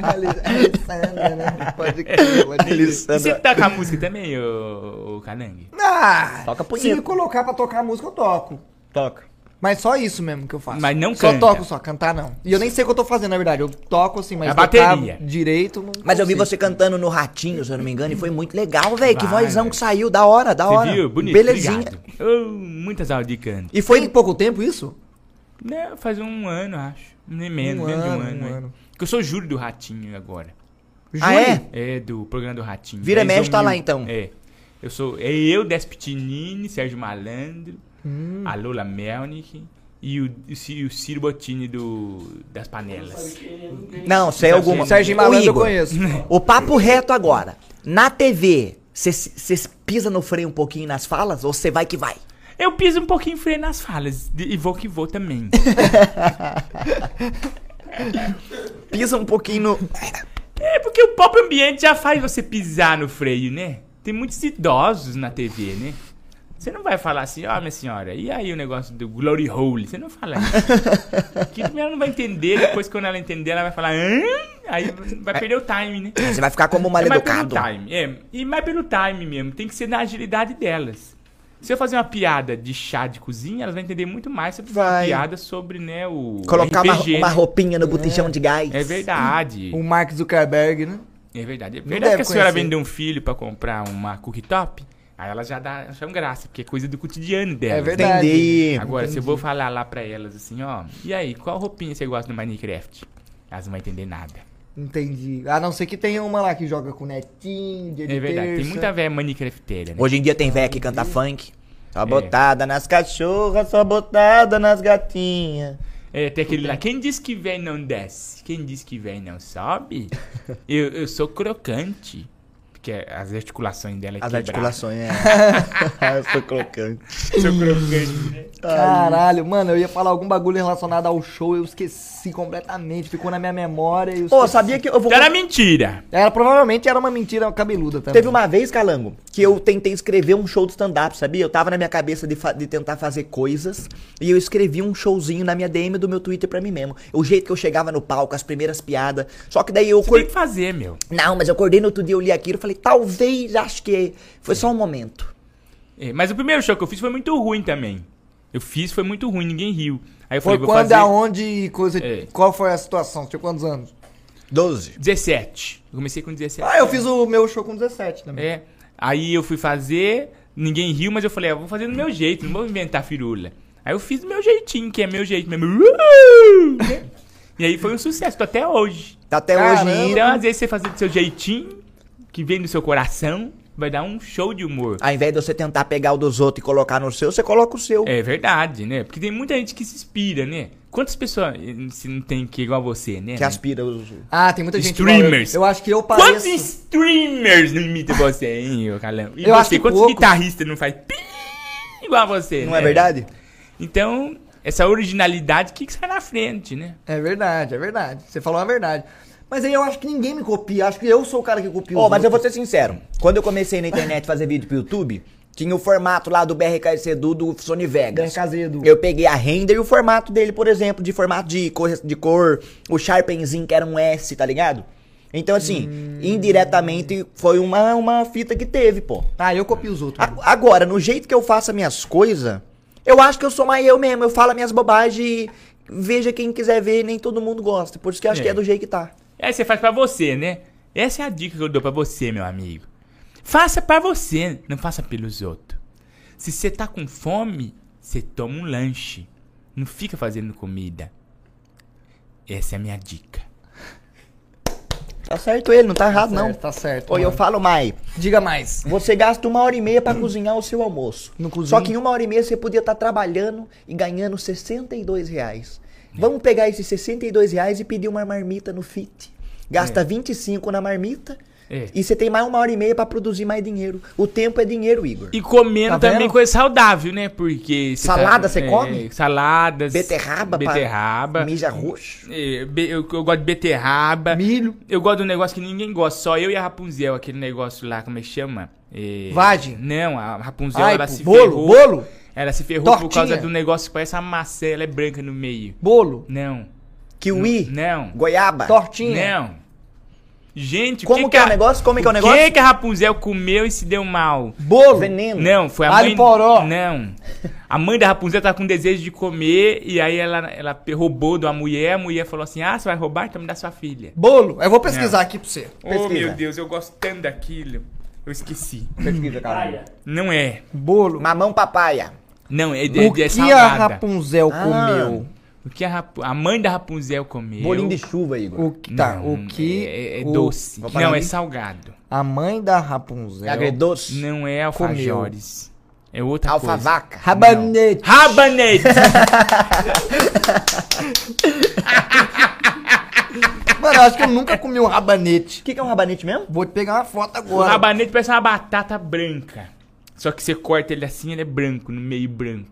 Alessandra, né? Pode crer, pode crer. E você tá com a música também, ô, ô Calangue? Ah, Toca a se punheta. me colocar pra tocar a música, eu toco. Toca. Mas só isso mesmo que eu faço. Mas não Só canta. toco só, cantar não. E eu nem sei o que eu tô fazendo, na verdade. Eu toco assim, mas É a tocar bateria. direito... não Mas eu vi consigo. você cantando no Ratinho, se eu não me engano, e foi muito legal, velho. Que Vai, vozão velho. que saiu, da hora, da hora. Você viu? Bonito, Belezinha. obrigado. Ô, muitas aulas de canto. E foi em pouco tempo isso? Não, faz um ano, acho. Nem menos, Um menos de um ano, ano. um é. ano. Porque eu sou júri do Ratinho agora. Ah, é? É, do programa do Ratinho. Vira Dez e mexe, tá lá, mil. então. É. Eu sou. É eu, Despitinini, Sérgio Malandro, Hum. a Lola Melnick e o, e o Ci- e o Ciro Bottini do, das Panelas. Não, sei alguma. O Serginho Malandro eu conheço. O papo reto agora. Na TV, você pisa no freio um pouquinho nas falas ou você vai que vai? Eu piso um pouquinho freio nas falas. de- E vou que vou também. Pisa um pouquinho no. é porque o próprio ambiente já faz você pisar no freio, né? Tem muitos idosos na TV, né? Você não vai falar assim, ó, minha senhora, e aí o negócio do glory hole? Você não fala isso. que ela não vai entender, depois quando ela entender, ela vai falar, Hã? aí vai perder o time, né? Você vai ficar como um É mais pelo maleducado. time, é. E mais pelo time mesmo. Tem que ser na agilidade delas. Se eu fazer uma piada de chá de cozinha, elas vão entender muito mais sobre Vai. piada sobre, né, o Colocar uma, RPG, uma né? roupinha no botijão de gás. É verdade. O Mark Zuckerberg, né? É verdade. É deve verdade que a senhora conhecer. vendeu um filho pra comprar uma cooktop, aí elas já dá, acham graça, porque é coisa do cotidiano delas. É né? verdade. Entendi. Agora, se eu vou falar lá pra elas assim, ó, e aí, qual roupinha você gosta do Minecraft? Elas não vão entender nada. Entendi. A não ser que tenha uma lá que joga com netinho, dia de É verdade. Tem terça. muita velha Minecrafteira, né? Hoje em dia tem véia que canta funk. Só botada nas cachorras, só botada nas gatinhas. É, tem aquele lá. Quem diz que vem não desce? Quem diz que vem não sobe? eu, eu sou crocante. Porque as articulações dela é As quebrada. articulações, é. Eu sou crocante. Sou crocante, né? Caralho, mano, eu ia falar algum bagulho relacionado ao show, eu esqueci completamente. Ficou na minha memória. e eu Pô, esqueci. sabia que eu vou. Então era mentira. Era, provavelmente era uma mentira cabeluda também. Teve uma vez, Calango, que eu tentei escrever um show de stand-up, sabia? Eu tava na minha cabeça de, fa- de tentar fazer coisas e eu escrevi um showzinho na minha DM do meu Twitter pra mim mesmo. O jeito que eu chegava no palco, as primeiras piadas. Só que daí eu Você tem acordei. que fazer, meu. Não, mas eu acordei no outro dia, eu li aquilo e falei, talvez, acho que foi só um momento. É, mas o primeiro show que eu fiz foi muito ruim também. Eu fiz, foi muito ruim, ninguém riu. Aí eu Foi falei, vou quando, fazer aonde e coisa. É. Qual foi a situação? Tinha quantos anos? 12. 17. Eu comecei com 17. Ah, eu fiz o meu show com 17 também. É. Aí eu fui fazer, ninguém riu, mas eu falei, ah, vou fazer do meu jeito, não vou inventar firula. Aí eu fiz do meu jeitinho, que é meu jeito mesmo. Uh! né? e aí foi um sucesso, tô até hoje. Tá até Caramba. hoje indo. Então, às vezes, você fazer do seu jeitinho, que vem do seu coração, vai dar um show de humor. Ao invés de você tentar pegar o dos outros e colocar no seu, você coloca o seu. É verdade, né? Porque tem muita gente que se inspira, né? Quantas pessoas eh, se não tem que igual você, né? Que aspira os. Ah, tem muita gente. igual Streamers. Eu, eu acho que eu Quantos pareço. streamers não imitam você, hein, ô Calão? E Eu você, acho que quantos poucos. guitarristas não faz pi igual a você, Não né? é verdade? Então, essa originalidade que que sai na frente, né? É verdade, é verdade. Você falou a verdade. Mas aí eu acho que ninguém me copia. Acho que eu sou o cara que copia. Ó, os mas eu vou outros. ser sincero. Quando eu comecei na internet a fazer vídeo pro YouTube, Tinha o formato lá do BRK Sedu do Sony Vegas. BRK Sedu. Eu peguei a render e o formato dele, por exemplo, de formato de cor, de cor o Sharpenzinho que era um S, tá ligado? Então, assim, indiretamente foi uma, uma fita que teve, pô. Ah, eu copio os outros. A- Agora, no jeito que eu faço as minhas coisas, eu acho que eu sou mais eu mesmo. Eu falo as minhas bobagens e veja quem quiser ver, nem todo mundo gosta. Por isso que eu acho É. que é do jeito que tá. Aí você faz pra você, né? Essa é a dica que eu dou pra você, meu amigo. Faça pra você, não faça pelos outros. Se você tá com fome, você toma um lanche. Não fica fazendo comida. Essa é a minha dica. Tá certo ele, não tá errado, não. Certo, Tá certo. Ou eu mano. falo, Mai, Diga Né? mais. você gasta uma hora e meia pra cozinhar o seu almoço. Não cozinha. Só que em uma hora e meia você podia estar trabalhando e ganhando 62 reais. Vamos pegar esses 62 reais e pedir uma marmita no FIT. Gasta 25 na marmita É. e você tem mais uma hora e meia pra produzir mais dinheiro. O tempo é dinheiro, Igor. E comendo Tá vendo? também coisa saudável, né? Porque. você é, Salada você come? Saladas. Beterraba, pá. Beterraba. Mija roxo. É, be- eu, eu gosto de beterraba. Milho. Eu gosto de um negócio que ninguém gosta, só eu e a Rapunzel, aquele negócio lá, como é que chama? É... Vagem? Não, a Rapunzel, Ai, ela pô, se bolo, ferrou. bolo, Ela se ferrou por Tortinha? causa do negócio que parece uma maçã, ela é branca no meio. bolo, Não, Kiwi. não, Ah, Goiaba. tortinha. não. Gente, o Como que é o negócio? Como que é o negócio? que que a Rapunzel comeu e se deu mal? Bolo. Veneno. Não, foi a Alho mãe... poró. Não. A mãe da Rapunzel tava com desejo de comer e aí ela, ela roubou de uma mulher, a mulher falou assim, ah, você vai roubar? Então me dá sua filha. Bolo. Eu vou pesquisar Não. aqui pra você. Oh, meu Deus, eu gosto tanto daquilo. Eu esqueci. Pesquisa, cara. Praia. Não é. Bolo. Mamão papaya. Não, é, de Ah. O é, é que a salgada. Rapunzel comeu? O que a, Rapu- a mãe da Rapunzel comeu... Bolinho de chuva, Igor. O que, tá, Não, o que É, é o- doce. Vou parar Não, é ali. salgado. a mãe da Rapunzel... Agredoce. Não é alfajores. É outra coisa. Alfavaca. Rabanete. Rabanete! Mano, eu acho que eu nunca comi um rabanete. O que, que é um rabanete mesmo? Vou te pegar uma foto o agora. rabanete parece uma batata branca. Só que você corta ele assim, ele é branco, no meio branco.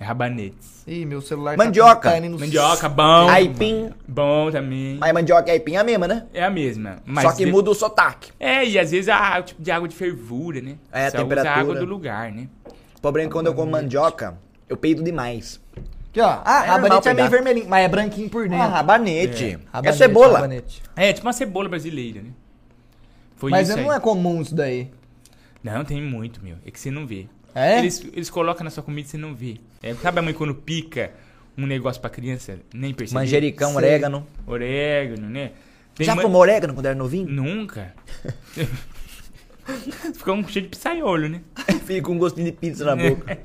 É rabanete. Ih, meu celular Mandioca. tá indo no... Mandioca, bom. Aipim. Bom também. Mas mandioca e aipim é a mesma, né? É a mesma. Só mas que de- muda o sotaque. É, e às vezes a, o tipo de água de fervura, né? É, a Só usa temperatura. água do lugar, né? O problema é que quando eu como mandioca, eu peido demais. Aqui, ó. Ah, É normal rabanete é meio pegar. vermelhinho, mas é branquinho por dentro. Ah, rabanete. É, Rabanete, cebola. rabanete. É, tipo uma cebola brasileira, né? Foi Mas isso não aí. é comum isso daí. Não, tem muito, meu. É que você não vê. É? Eles, eles colocam na sua comida e você não vê. É, sabe a mãe quando pica um negócio pra criança? Nem percebe. Manjericão, orégano. Orégano, né? Tem Já mãe- comeu orégano quando era novinho? Nunca. Fica um cheio de pizzaiolo, né? Fica com um gostinho de pizza na boca.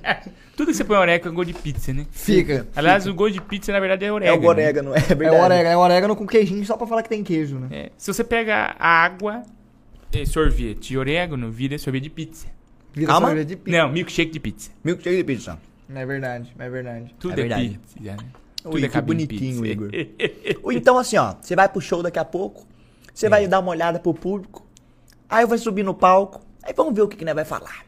Tudo que você põe orégano é gosto de pizza, né? Fica. Aliás, o gosto de pizza, na verdade, é É orégano. o orégano, é É verdade. orégano, é orégano com queijinho só pra falar que tem queijo, né? É, se você pega água, eh, sorvete e orégano, vira sorvete de pizza. Vira Calma. sorvete de pizza. Não, milkshake de pizza. Milkshake de pizza. É verdade, é verdade. Tudo É é, verdade. pizza, né? Ui, Tudo é que cabine bonitinho, pizza. É, Igor. Ou então assim, ó, você vai pro show daqui a pouco, você É. vai dar uma olhada pro público, aí vai subir no palco, aí vamos ver o que que nós vai falar.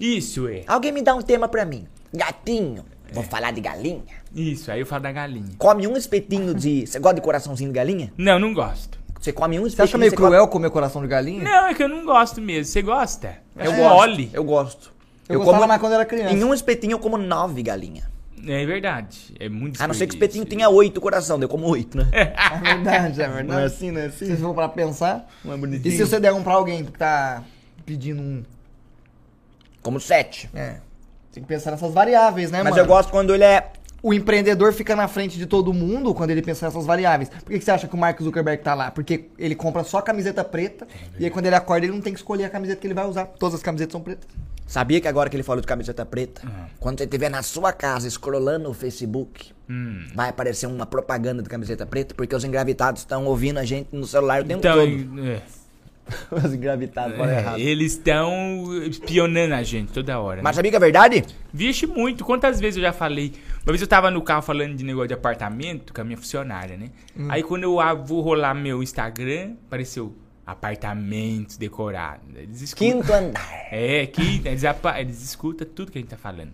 Isso, é. Alguém me dá um tema pra mim. Gatinho, vou falar de galinha. Isso, aí eu falo da galinha. Come um espetinho de... Você gosta de coraçãozinho de galinha? Não, não gosto. Você come um espetinho... Você acha meio você cruel comer coração de galinha? Não, é que eu não gosto mesmo. Você gosta? É Come... o mole. Eu gosto. Eu, gostava mais quando era criança. Em um espetinho eu como nove galinhas. É verdade. É muito A não ser que o desperdício. espetinho tenha oito coração, daí eu como oito, né? É verdade, é verdade. não é Se vocês vão pra pensar. Não é E se você der um pra alguém que tá pedindo um. Como sete. É. Tem que pensar nessas variáveis, né, Mas mano? eu gosto quando ele é... O empreendedor fica na frente de todo mundo quando ele pensa nessas variáveis. Por que, que você acha que o Mark Zuckerberg tá lá? Porque ele compra só camiseta É preta e aí quando ele acorda ele não tem que escolher a camiseta que ele vai usar. Todas as camisetas são pretas. Sabia que agora que ele falou de camiseta preta? Ah. Quando você estiver na sua casa escrolando o Facebook, Hum. vai aparecer uma propaganda de camiseta preta, porque os engravitados estão ouvindo a gente no celular o tempo Então, todo. é, Os engravitados, fala é, errado. eles estão espionando a gente toda hora. né? Mas sabia que é verdade? Vixe, muito. Quantas vezes eu já falei? Uma vez eu tava no carro falando de negócio de apartamento com a minha funcionária, né? Hum. Aí quando eu ah, vou rolar meu Instagram, apareceu apartamentos decorados. Eles escutam. Quinto andar. É, quinta. Eles, apa- eles escutam tudo que a gente tá falando.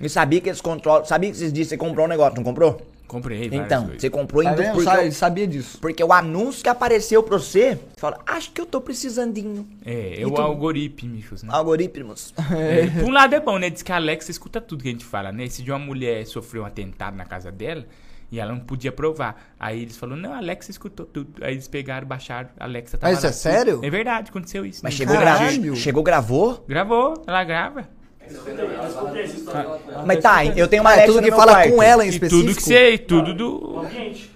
E sabia que eles controlam. Sabia que esses dias você comprou um negócio, não comprou? Comprei várias Então, coisas. você comprou em Tá duplo vendo? porque, Sabe, o- ele sabia disso. porque o anúncio que apareceu pra você, você fala, acho que eu tô precisandinho. É, E eu tu- algoritmos, né? Algoritmos. É, Por um lado é bom, né? Diz que a Alexa escuta tudo que a gente fala, né? Esse dia uma mulher sofreu um atentado na casa dela e ela não podia provar. Aí eles falaram, não, a Alexa escutou tudo. Aí eles pegaram, baixaram, a Alexa tava Mas isso lá. é sério? É verdade, aconteceu isso. Mas né? chegou, gra Caralho. chegou gravou. Gravou, ela grava. Mas tá, eu tenho uma Ah, é Alexa tudo no que meu fala quarto. com ela em E específico. tudo que sei, tudo O do... ambiente.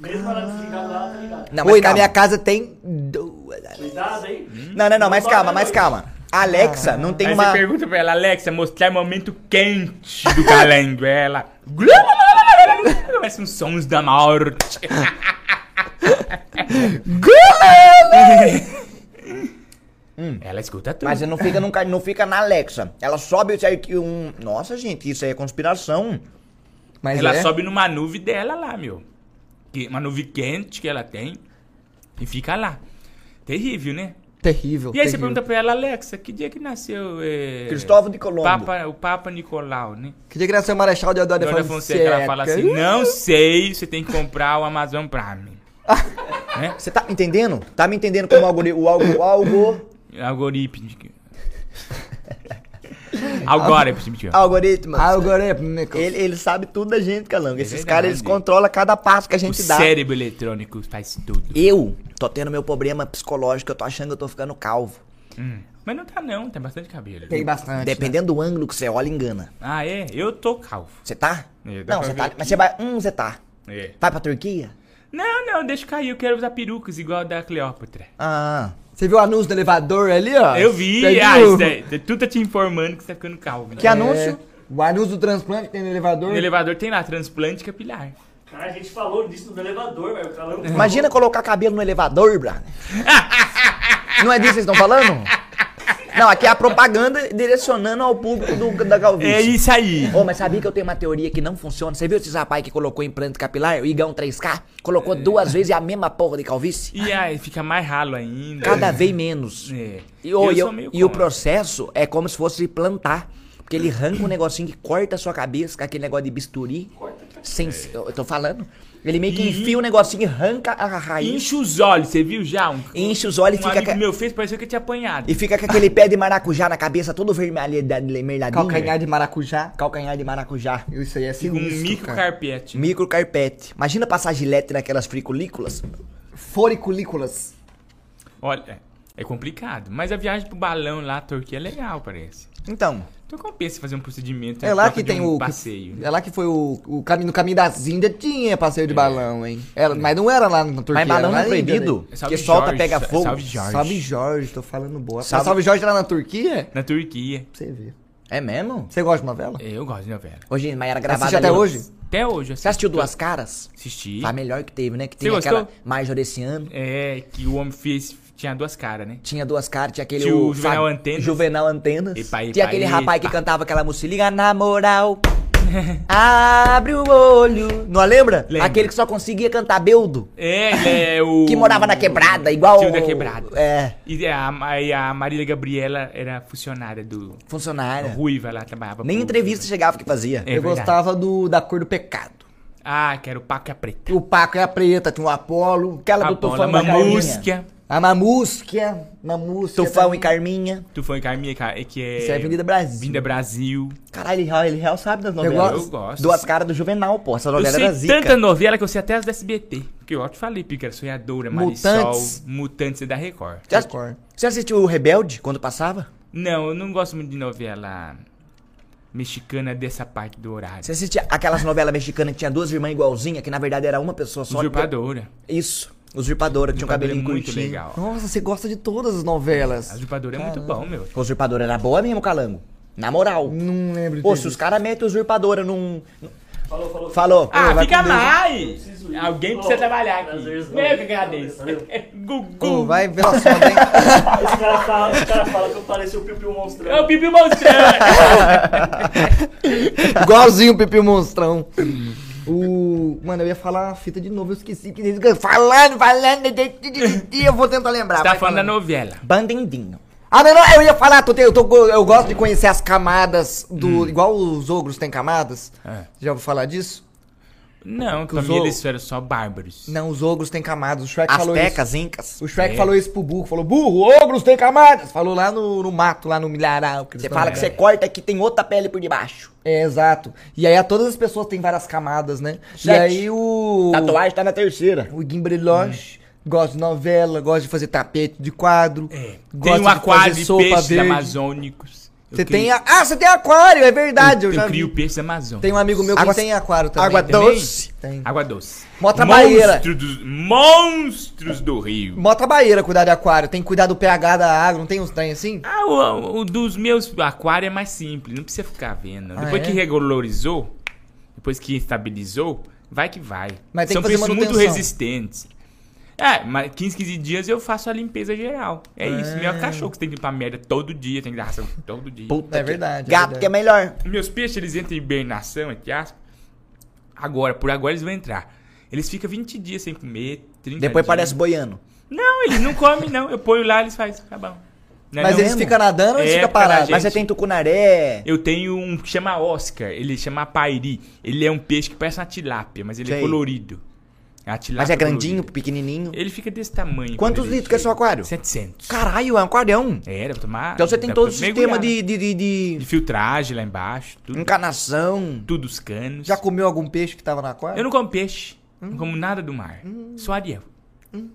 Mesmo ela desligada lá, tá ligado. Não, mas Oi, na calma. minha casa tem duas. Cuidado aí. Hum. Não, não, não, mas calma, mas calma. A Alexa não tem Aí uma... você pergunta pra ela, Alexa, mostrar o momento quente do calendário. ela... Começa uns sons da morte. ela escuta tudo. Mas não fica, num, ca- não fica na Alexa. Ela sobe esse arqui- um... Nossa, gente, isso aí é conspiração. Mas ela é. sobe numa nuvem dela lá, meu. Que- Uma nuvem quente que ela tem e fica lá. Terrível, né? Terrível. E aí você terrível. pergunta pra ela, Alexa, que dia que nasceu eh, Cristóvão de Colombo. Papa- o Papa Nicolau, né? Queria que nasceu o Marechal é de Odório Dona Fonseca. Fonseca, ela fala assim, não sei, você tem que comprar o Amazon Prime. Né? Você tá me entendendo? Tá me entendendo como algori... o algo... O algo... Algoritmo. Agora, é Pichimitio. Algoritmo. Ah, Algoritmo. Ele, ele sabe tudo da gente, Calango. Esses É verdade. caras, eles controlam cada passo que a O gente dá. cérebro eletrônico faz tudo. Eu tô tendo meu problema psicológico, eu tô achando que eu tô ficando calvo. Hum. Mas não tá não, tem bastante cabelo. Tem bastante. né? Dependendo do ângulo que você olha, engana. Ah, é? Eu tô calvo. Você tá? É, dá não, pra você ver tá. aqui. Mas você vai. Hum, você tá. É. Vai pra Turquia? Não, não, deixa cair, eu quero usar perucas igual a da Cleópatra. Ah. Você viu o anúncio do elevador ali, ó? Eu vi, Você ah, viu? isso é, tu tá te informando que você tá ficando calvo. Que né? anúncio? O anúncio do transplante que tem no elevador. No elevador tem lá, transplante capilar. Cara, a gente falou disso no elevador, velho. Falando Imagina colocar cabelo no elevador, brother. não é disso que vocês estão falando? Não, aqui é a propaganda direcionando ao público do, da calvície. É isso aí. Ô, mas sabia que eu tenho uma teoria que não funciona? Você viu esses rapaz que colocou implante capilar, o Igão 3K? É. Colocou duas vezes e a mesma porra de calvície? E aí fica mais ralo ainda. Cada vez menos. É. E, ô, Eu e sou o- meio e o contra. processo é como se fosse plantar. Porque ele arranca um negocinho que corta a sua cabeça, com aquele negócio de bisturi. Sem, Eu tô falando. Ele meio que É. E- enfia o negocinho e arranca a raiz. Enche os olhos, você viu já? Um, Enche os olhos e um fica amigo ca- meu fez, pareceu que eu tinha apanhado. E fica com aquele pé de maracujá na cabeça, todo vermelho, vermelhadinho. Calcanhar de maracujá. Calcanhar de maracujá. Isso aí é Com um sinistro, cara. microcarpete. Microcarpete. Imagina passar gilete naquelas friculículas. Foriculículas. Olha, é complicado. Mas a viagem pro balão lá, a Turquia, é legal, parece. Então, Então compensa fazer um procedimento. É em lá troca que de tem um o. passeio. né? É lá que foi o, o caminho, no caminho das Índias tinha passeio de balão, hein? Era- mas não era lá na Turquia. É. mas balão era não na é Índia, proibido. né? É Porque solta, pega sa- fogo. Salve Jorge. Salve Jorge, tô falando boa. Salve- Salve, Jorge era na Turquia? Pra Na Turquia. É, você ver. É mesmo? Você gosta de novela? Eu gosto de novela. Hoje, mas era gravado Assiste até hoje? Até hoje. eu Você assistiu assisto- Duas Caras? Assisti. Foi a melhor que teve, né? Que Você tinha aquela gostou? Marjorie esse ano. É, que o homem fez. Tinha duas caras, né? Tinha duas caras, tinha aquele... Tinha o Juvenal Fábio- Antenas. Juvenal Antenas. Epa, epa, tinha aquele rapaz que epa. cantava aquela música, "Se liga na moral, abre o olho. Não a lembra? Lembro. Aquele que só conseguia cantar Beldo, É, ele é o. que morava na quebrada, igual... Tio da quebrada. É, E a, aí a Marília Gabriela era funcionária do. funcionária. Ruiva lá trabalhava. Nem pro- entrevista chegava que fazia. É eu verdade. gostava do, da cor do pecado. Ah, que era o Paca Preta. O Paco é a preta, tinha o Apolo, aquela Tá A do bola, Tufão da Carminha. Mamusca. A Mamusquia. Mamusquia. Tufão e também. Carminha. Tu foi em Carminha, cara, é que é... Isso é Avenida Brasil. Avenida Brasil. Caralho, ele real, ele real sabe das novelas. gosto. Eu gosto. Duas caras do Juvenal, pô. Essa Eu novela sei era zica. tanta novela que eu sei até as do SBT. Que eu te falei, Pica, era Sonhadora, Marisol, Mutantes. Mutantes, Mutantes e da Record. Você ass- Você assistiu o Rebelde quando passava? Não, eu não gosto muito de novela mexicana dessa parte do horário. Você assistia aquelas novelas mexicanas que tinha duas irmãs igualzinhas, que na verdade era uma pessoa só. Usurpadora. Isso. Usurpadora, que tinha um cabelinho é muito curtinho. legal. Nossa, você gosta de todas as novelas. Usurpadora é muito bom, meu. Usurpadora era boa mesmo, Calango. Na moral. Não lembro de Pô, ter se visto. os caras metem usurpadora num. num- Falou, falou. Falou. Ah, Ô, vai fica com Deus. mais! preciso ir. Alguém Ó, precisa trabalhar aqui. às vezes não. Meu que agradeço. Pô, Gugu. vai ver só, hein? Esse cara fala, esse cara fala que eu pareci o Piu Piu Monstrão. É o Bibi Monstrão. Igualzinho o Pepe Monstrão. O... Mano, eu ia falar uma fita de novo, eu esqueci. que Falando, falando, de- de- de- de- eu vou tentar lembrar. tá vai falando da novela. Bandendinho. Ah, não, não, eu ia falar, tô, te- eu, tô, go- eu gosto de conhecer as camadas do. Igual os ogros têm camadas. É. Já vou falar disso? Não, que Os os eles ogros- eram só bárbaros. Não, os ogros têm camadas. O Shrek falou isso. Aztecas, incas. O Shrek É. falou isso pro burro. Falou, burro, ogros têm camadas. Falou lá no, no mato, lá no milharal. que eles Você falam. fala que É. você corta que tem outra pele por debaixo. É, exato. E aí a todas as pessoas têm várias camadas, né? Sete. E aí o... Tatuagem tá na terceira. O Guimbreloche gosta de novela, gosta de fazer tapete de quadro. Tem gosta um aquário de peixes verde. amazônicos. Eu Você crio- tem... a- Ah, você tem aquário, é verdade. Eu, Eu, já vi. crio peixes amazônicos. Tem um amigo meu que Água- tem aquário também. água Também? doce? Tem. Água doce. Mó trabalheira. Monstro dos- Monstros do rio. Mó trabalheira cuidar de aquário. Tem que cuidar do pH da água, não tem uns trem assim? Ah, o, o dos meus aquários é mais simples, não precisa ficar vendo. depois é? que regularizou, depois que estabilizou, vai que vai. Mas tem São que fazer peixes muito manutenção. resistentes. É, mas 15, 15 dias eu faço a limpeza geral. É isso. Meu cachorro que tem que limpar merda todo dia, tem que dar ração todo dia. É verdade. Gato é que é verdade. melhor. Meus peixes, eles entram em hibernação, entre aspas. Agora, por agora eles vão entrar. Eles ficam 20 dias sem comer, 30 Depois dias. parece boiano. Não, eles não comem, não. Eu ponho lá, eles fazem. Tá bom. Não é Mas não? eles ficam nadando ou eles É, ficam porque a parados? Mas Gente. você tem tucunaré. Eu tenho um que chama Oscar, ele chama Pairi. Ele é um peixe que parece uma tilápia, mas ele é Sei. colorido. É uma tilápia Mas é grandinho, colorida. pequenininho. Ele fica desse tamanho. Quantos quando ele litros que é chega. seu aquário? 700. Caralho, é um aquarião. É, dá pra tomar. Então você tem dá todo o pra sistema de, mergulhar. de, de, de De filtragem lá embaixo, tudo. encanação. Tudo os canos. Já comeu algum peixe que tava no aquário? Eu não como peixe. Não como nada do mar. Só Ariel. Só Hum.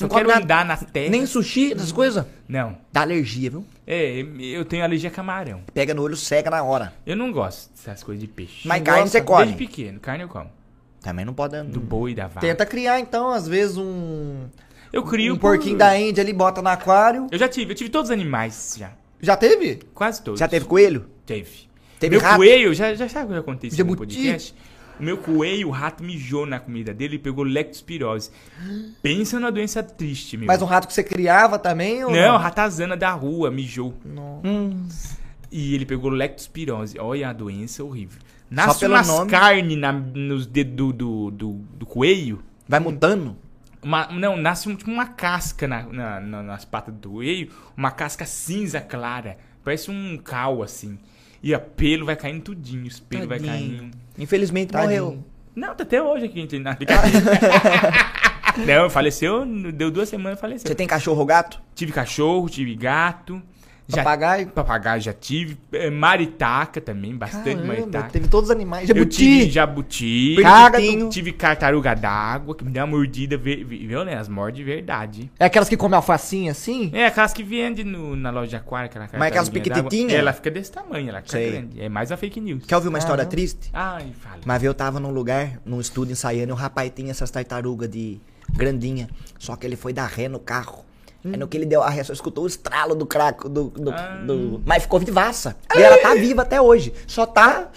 Não come quero nada. andar na terra. Nem sushi, essas coisas. Não. Dá alergia, viu? É, eu tenho alergia a camarão. Pega no olho, cega na hora. Eu não gosto dessas coisas de peixe. Mas carne você Desde come. pequeno, carne eu como. Também não pode. Do boi, da vaca. Tenta criar, então, às vezes, um, Eu crio um porquinho por- da Índia ali, bota no aquário. Eu já tive, eu tive todos os animais já. Já teve? Quase todos. Já teve coelho? Teve. Teve meu rato? coelho, já, já sabe o que eu contei isso no Jabuti? podcast? O meu coelho, o rato mijou na comida dele e pegou lectospirose. Pensa numa doença triste, meu. Mas um rato que você criava também? Ou Não, ratazana da rua mijou. E ele pegou lectospirose. Olha a doença horrível. Nasce pelo umas nome. carnes na- nos dedos do, do, do, do coelho. Vai mudando? Uma- não, nasce um- tipo uma casca na- na- na- nas patas do coelho, uma casca cinza clara. Parece um cal, assim. E a pelo vai caindo tudinho, os pelos vai caindo. Infelizmente morreu. Não, tá até hoje aqui entre na Não, faleceu, deu duas semanas e faleceu. Você tem cachorro ou gato? Tive cachorro, tive gato. já- Papagaio? Papagaio já tive. eh, Maritaca também, bastante maritaca. teve todos os animais. Eu tive Jabuti! jabuti. Periquitinho. Tive tartaruga d'água, que me deu uma mordida, ve- ve- viu, né? As morde de verdade. É aquelas que comem alfacinha assim? É, aquelas que vende no- na loja de aquário, aquela Mas aquelas tartaruguinha d'água. pequititinhas? Ela fica desse tamanho, ela fica Sei. grande. É mais uma fake news. Quer ouvir uma história não. triste? Ai, fala. Mas eu tava num lugar, num estúdio ensaiando, e o rapaz tinha essas tartarugas de grandinha. Só que ele foi dar ré no carro. Aí no que ele deu a ré, só escutou o estralo do craco, do. do, do- Mas ficou vivaça. E ela tá viva até hoje. Só tá.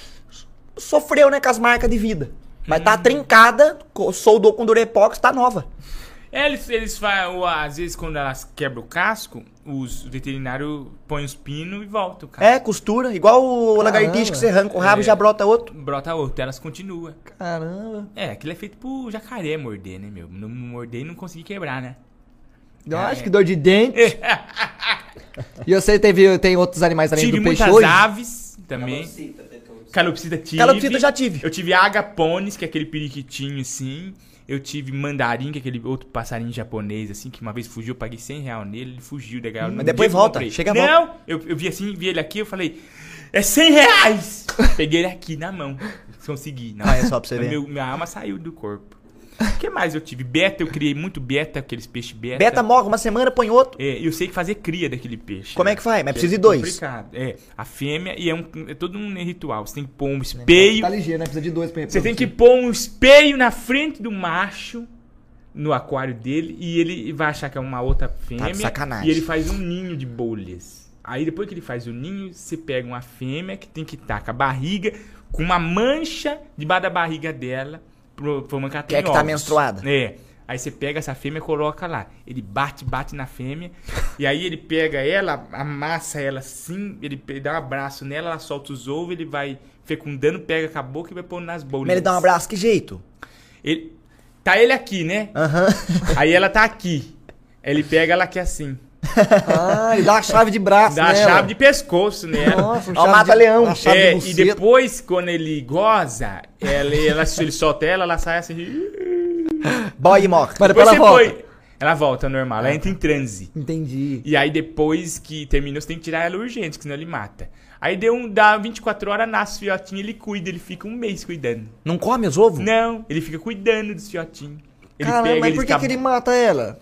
Sofreu, né, com as marcas de vida. Mas tá trincada, co- soldou com durepox, tá nova. Eles, eles falam, às vezes, quando elas quebram o casco, os veterinários põem os pinos e voltam o casco. É, costura, igual o lagartixa que você arranca o rabo e Ah. É. já brota outro. Brota outro, elas continuam. Caramba. É, aquilo é feito pro jacaré morder, né, meu? Não morder e não conseguir quebrar, né? Eu acho que dor de dente. e você teve, tem outros animais além tive do peixe muitas hoje? aves também. Calopsita, tem calopsita. Calopsita tive. Calopsita eu já tive. Eu tive agapones, que é aquele periquitinho assim. Eu tive mandarim, que é aquele outro passarinho japonês, assim, que uma vez fugiu, eu paguei 100 reais nele, ele fugiu da gaiola. No Hum, depois dia que eu volta, comprei. chega, Não, eu, eu vi assim, vi ele aqui, eu falei, é 100 reais! Peguei ele aqui na mão, consegui. Na Ah, é só pra você ver. Meu, minha alma saiu do corpo. O que mais eu tive? Beta, eu criei muito beta, aqueles peixes beta. Beta morre uma semana, põe outro. É, eu sei que fazer cria daquele peixe. né? Como é que faz? Mas precisa de dois. Complicado. É, a fêmea e é, um, é todo um ritual. Você tem que pôr um espelho. Tá ligeiro, né? Precisa de dois pra Você tem que pôr um espelho na frente do macho no aquário dele e ele vai achar que é uma outra fêmea. Tá sacanagem. E ele faz um ninho de bolhas. Aí depois que ele faz o ninho, você pega uma fêmea que tem que estar com a barriga, com uma mancha debaixo da barriga dela, pro, pro mancar Que é que tá menstruada. É. Aí você pega essa fêmea e coloca lá. Ele bate, bate na fêmea. e aí ele pega ela, amassa ela assim, ele pe- dá um abraço nela, ela solta os ovos, ele vai fecundando, pega com a boca e vai pondo nas bolhas. Mas ele dá um abraço, que jeito? Ele... Tá ele aqui, né? Aham. Aí ela tá aqui. Aí Ele pega ela aqui assim. Ah, e dá a chave de braço, Dá a nela. chave de pescoço, né? Nossa, Ó, mata leão. a chave É, de e buceta. depois, quando ele goza, ela, ela, ele solta ela, ela sai assim. e Boy morre. Mas depois Depois ela você volta. Ah, põe. Ela volta normal, ela entra em transe. Entendi. E aí, depois que termina, você tem que tirar ela urgente, que senão ele mata. Aí deu um, dá 24 horas, nasce o fiotinho, ele cuida, ele fica um mês cuidando. Não come os ovos? Não, ele fica cuidando dos fiotinhos. Ele Caramba, pega, mas ele por que, fica... que ele mata ela?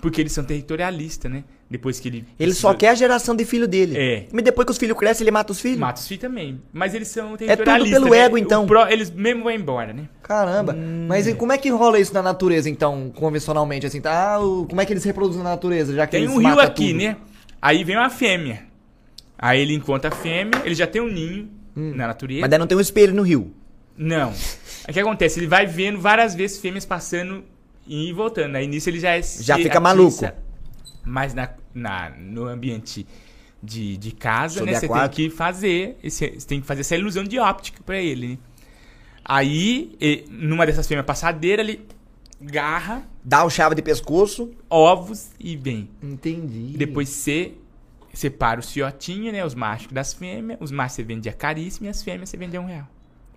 Porque eles são territorialistas, né? Depois que ele. Ele só quer a geração de filho dele. É. Mas depois que os filhos crescem, ele mata os filhos? Mata os filhos também. Mas eles É são tudo territorialistas. pelo né? ego, então. O pró- eles mesmo vão embora, né? Caramba. Mas e como é que rola isso na natureza, então, convencionalmente? Assim, tá? Ah, o- Como é que eles se reproduzem na natureza? Já que Tem eles um rio matam aqui, tudo? né? Aí vem uma fêmea. Aí ele encontra a fêmea, ele já tem um ninho Hum. na natureza. Mas daí não tem um espelho no rio. Não. Aí o que acontece? Ele vai vendo várias vezes fêmeas passando e voltando. Aí nisso ele já é. Já fica maluco. Mas na, na- no ambiente de, de casa, né? Você tem Subaquático. que fazer. esse- Você tem que fazer essa ilusão de óptica pra ele, né? Aí, e- numa dessas fêmeas passadeiras, ele garra Dá o chave de pescoço. ovos e vem. Entendi. E Depois você separa os fiotinhos, né? Os machos das fêmeas. Os machos você vende a caríssimo e as fêmeas você vende a um real.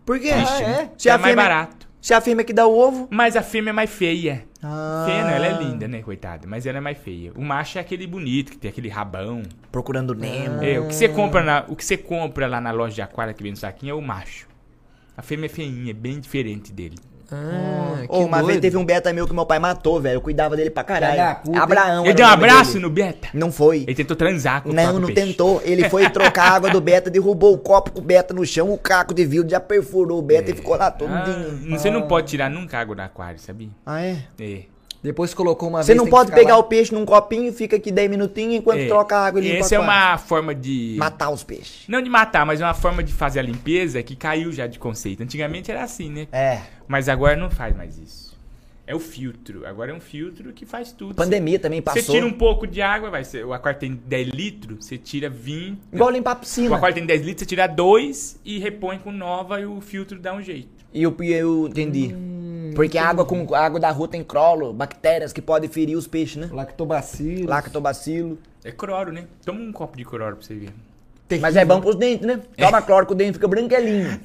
Por quê? Ah, é? Se, a é mais fêmea, barato. se a fêmea que dá o ovo... Mas a fêmea é mais feia. Ah. Feia não, ela é linda, né, coitada? Mas ela é mais feia. O macho é aquele bonito, que tem aquele rabão. Procurando Nemo. É, o que Ah. você compra na- o que você compra lá na loja de aquário que vem no saquinho é o macho. A fêmea é feinha, é bem diferente dele. Ah, que Ô, uma vez doido. teve um beta meu que meu pai matou, velho. Eu cuidava dele pra caralho. Filha da puta, hein? Abraão. Ele era deu um o nome abraço dele. no Beta. Não foi. Ele tentou transar com o Não, não próprio peixe. tentou. Ele foi trocar a água do Beta, derrubou o copo com o Beta no chão, o caco de vidro já perfurou o Beta e ficou lá Ah, todinho. Você não pode tirar nunca água do aquário, sabia? Ah, é? É. Depois colocou uma Você vez, não tem que pode ficar pegar lá. o peixe num copinho, fica aqui 10 minutinhos enquanto É. troca a água e limpa Essa é a toalha. uma forma de. Matar os peixes. Não de matar, mas é uma forma de fazer a limpeza que caiu já de conceito. Antigamente era assim, né? É. Mas agora não faz mais isso. É o filtro. Agora é um filtro que faz tudo. Pandemia também Você passou. tira um pouco de água, vai ser. O aquário tem 10 litros, você tira 20. Igual limpar a O piscina. aquário tem 10 litros, você tira 2 e repõe com nova e o filtro dá um jeito. E eu, e eu entendi. Porque a água, com, a água da rua tem crolo, bactérias que podem ferir os peixes, né? Lactobacilo. Lactobacilo. É cloro, né? Toma um copo de cloro pra você ver. Terrível. Mas é bom pros dentes, né? Toma cloro que o dente fica branquelinho.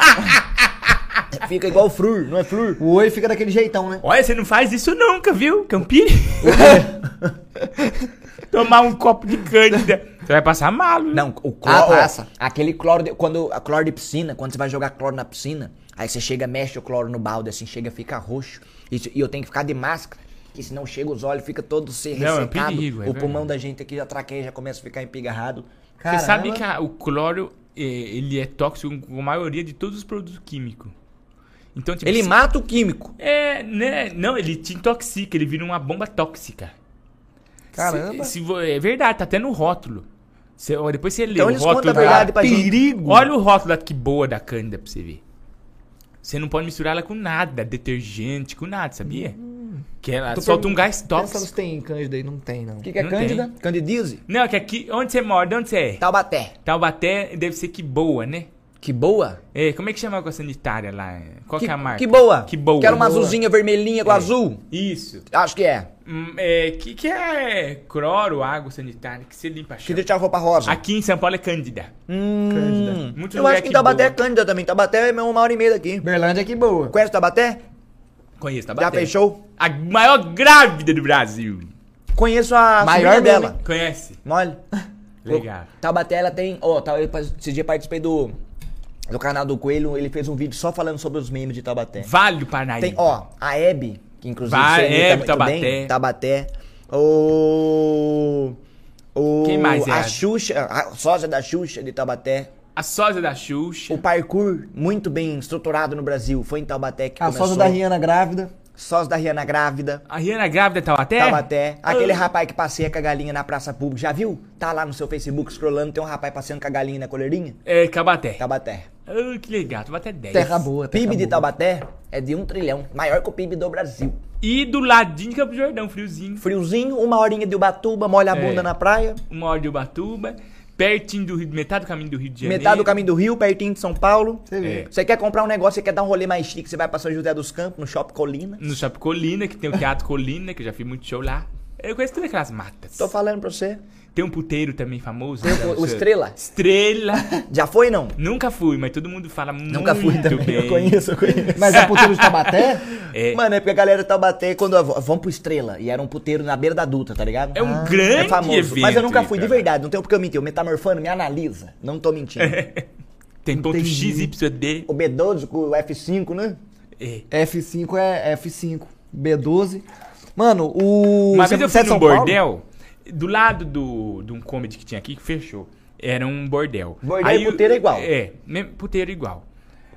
fica igual flur, não é flur? O oi fica daquele jeitão, né? Olha, você não faz isso nunca, viu, Campini? Tomar um copo de cândida. Você vai passar mal, né? Não, o Ah, cloro. passa. tá, aquele cloro. de- quando a cloro de piscina, quando você vai jogar cloro na piscina, aí você chega, mexe o cloro no balde, assim, chega, fica roxo. E, e eu tenho que ficar de máscara, que senão chega os olhos, fica todo se Não, é um ressecado. perigo, é o pulmão verdade. da gente aqui já traqueia, já começa a ficar empigarrado. Caramba. Você sabe que a- o cloro, eh, ele é tóxico com a maioria de todos os produtos químicos. Então, tipo, Ele se- mata o químico. É, né? Não, ele te intoxica, ele vira uma bomba tóxica. Caramba. Se, se vo- é verdade, tá até no rótulo. Você- ó, depois você lê Então o eles rótulo. contam a da- verdade pra gente. Perigo. Olha o rótulo da que boa da Cândida pra você ver. Você não pode misturar ela com nada, detergente, com nada, sabia? que ela Tô solta um pergun- Pensa gás se tóxico. tem cândida aí. Não tem, não. O que, que é Não Cândida? Candidíase? Não, que aqui. Onde você mora? De onde você é? Taubaté. Taubaté deve ser que boa, né? Que boa. É, como é que chama a água sanitária lá? Qual que, é a marca? que boa. Que boa. Quero uma Boa. É. azulzinha vermelhinha com azul. Isso. Acho que é. Hum, é, que que é cloro, água sanitária, que você limpa a Que chão. deixar a roupa rosa. Aqui em São Paulo é Cândida. Hum, Muito eu lugar acho que em que Tabaté é boa. Cândida também. Tabaté é uma hora e meia daqui. Berlândia é que boa. Conhece Tabaté? Conheço, tá Já batendo. fechou? A maior grávida do Brasil. Conheço a Maior Maior mesmo, dela. Conhece? Mole. Legal. Taubaté, ela tem. Ó, tá, tal- eu pas- esse dia participei do. Do canal do Coelho, ele fez um vídeo só falando sobre os memes de Taubaté. Vale do Parnaíba. Tem, ó, a Hebe, que inclusive Vai, imita Hebe, muito Taubaté. bem, Taubaté. O. O. Quem mais é? A Xuxa, a sósia da Xuxa de Taubaté. A sósia da Xuxa. O parkour muito bem estruturado no Brasil. Foi em Taubaté que A começou. Ah, sósia da Rihanna grávida. Sósia da Rihanna grávida. A Rihanna grávida tá de Taubaté? Taubaté. Aquele É. Ah. rapaz que passeia com a galinha na praça pública, já viu? Tá lá no seu Facebook scrollando, tem um rapaz passeando com a galinha na coleirinha. É, Taubaté. Taubaté. Ah, que legal, Taubaté é Tá. 10. Terra boa. Terra PIB de boa. Taubaté é de um trilhão. Maior que o PIB do Brasil. E do ladinho de Campo do Jordão, friozinho. Friozinho, uma horinha de Ubatuba, molha a É. bunda na praia. Uma hora de Ubatuba. Pertinho do Rio, metade do caminho do Rio de Janeiro. Metade do caminho do Rio, pertinho de São Paulo. Você vê. É. Você quer comprar um negócio, você quer dar um rolê mais chique, você vai pra São José dos Campos, no Shopping Colina. No Shopping Colina, que tem o Teatro Colina, que eu já fiz muito show lá. Eu conheço todas aquelas matas. Tô falando pra você. Tem um puteiro também famoso. né? Tem o- o Estrela? Estrela. Já foi, não? Nunca fui, mas todo mundo fala muito Nunca fui também, bem. Eu conheço, eu conheço. Mas é puteiro de Tabaté? É. Mano, é porque a galera de Taubaté, quando eu vou- vamos pro Estrela, e era um puteiro na beira da Dutra, tá ligado? É um grande Mas eu nunca evento, fui, de cara. verdade, não tem porque eu mentir. O Metamorfano me analisa, não tô mentindo. É. Tem ponto XYD. o B12 com o F5, né? É. F5 é F5. B12. Mano, o. Uma você- vez eu você fui é de num São Paulo? bordel, do lado do, de um comedy que tinha aqui, que fechou. Era um bordel. Bordel e eu- puteiro é igual. É, mesmo puteiro igual.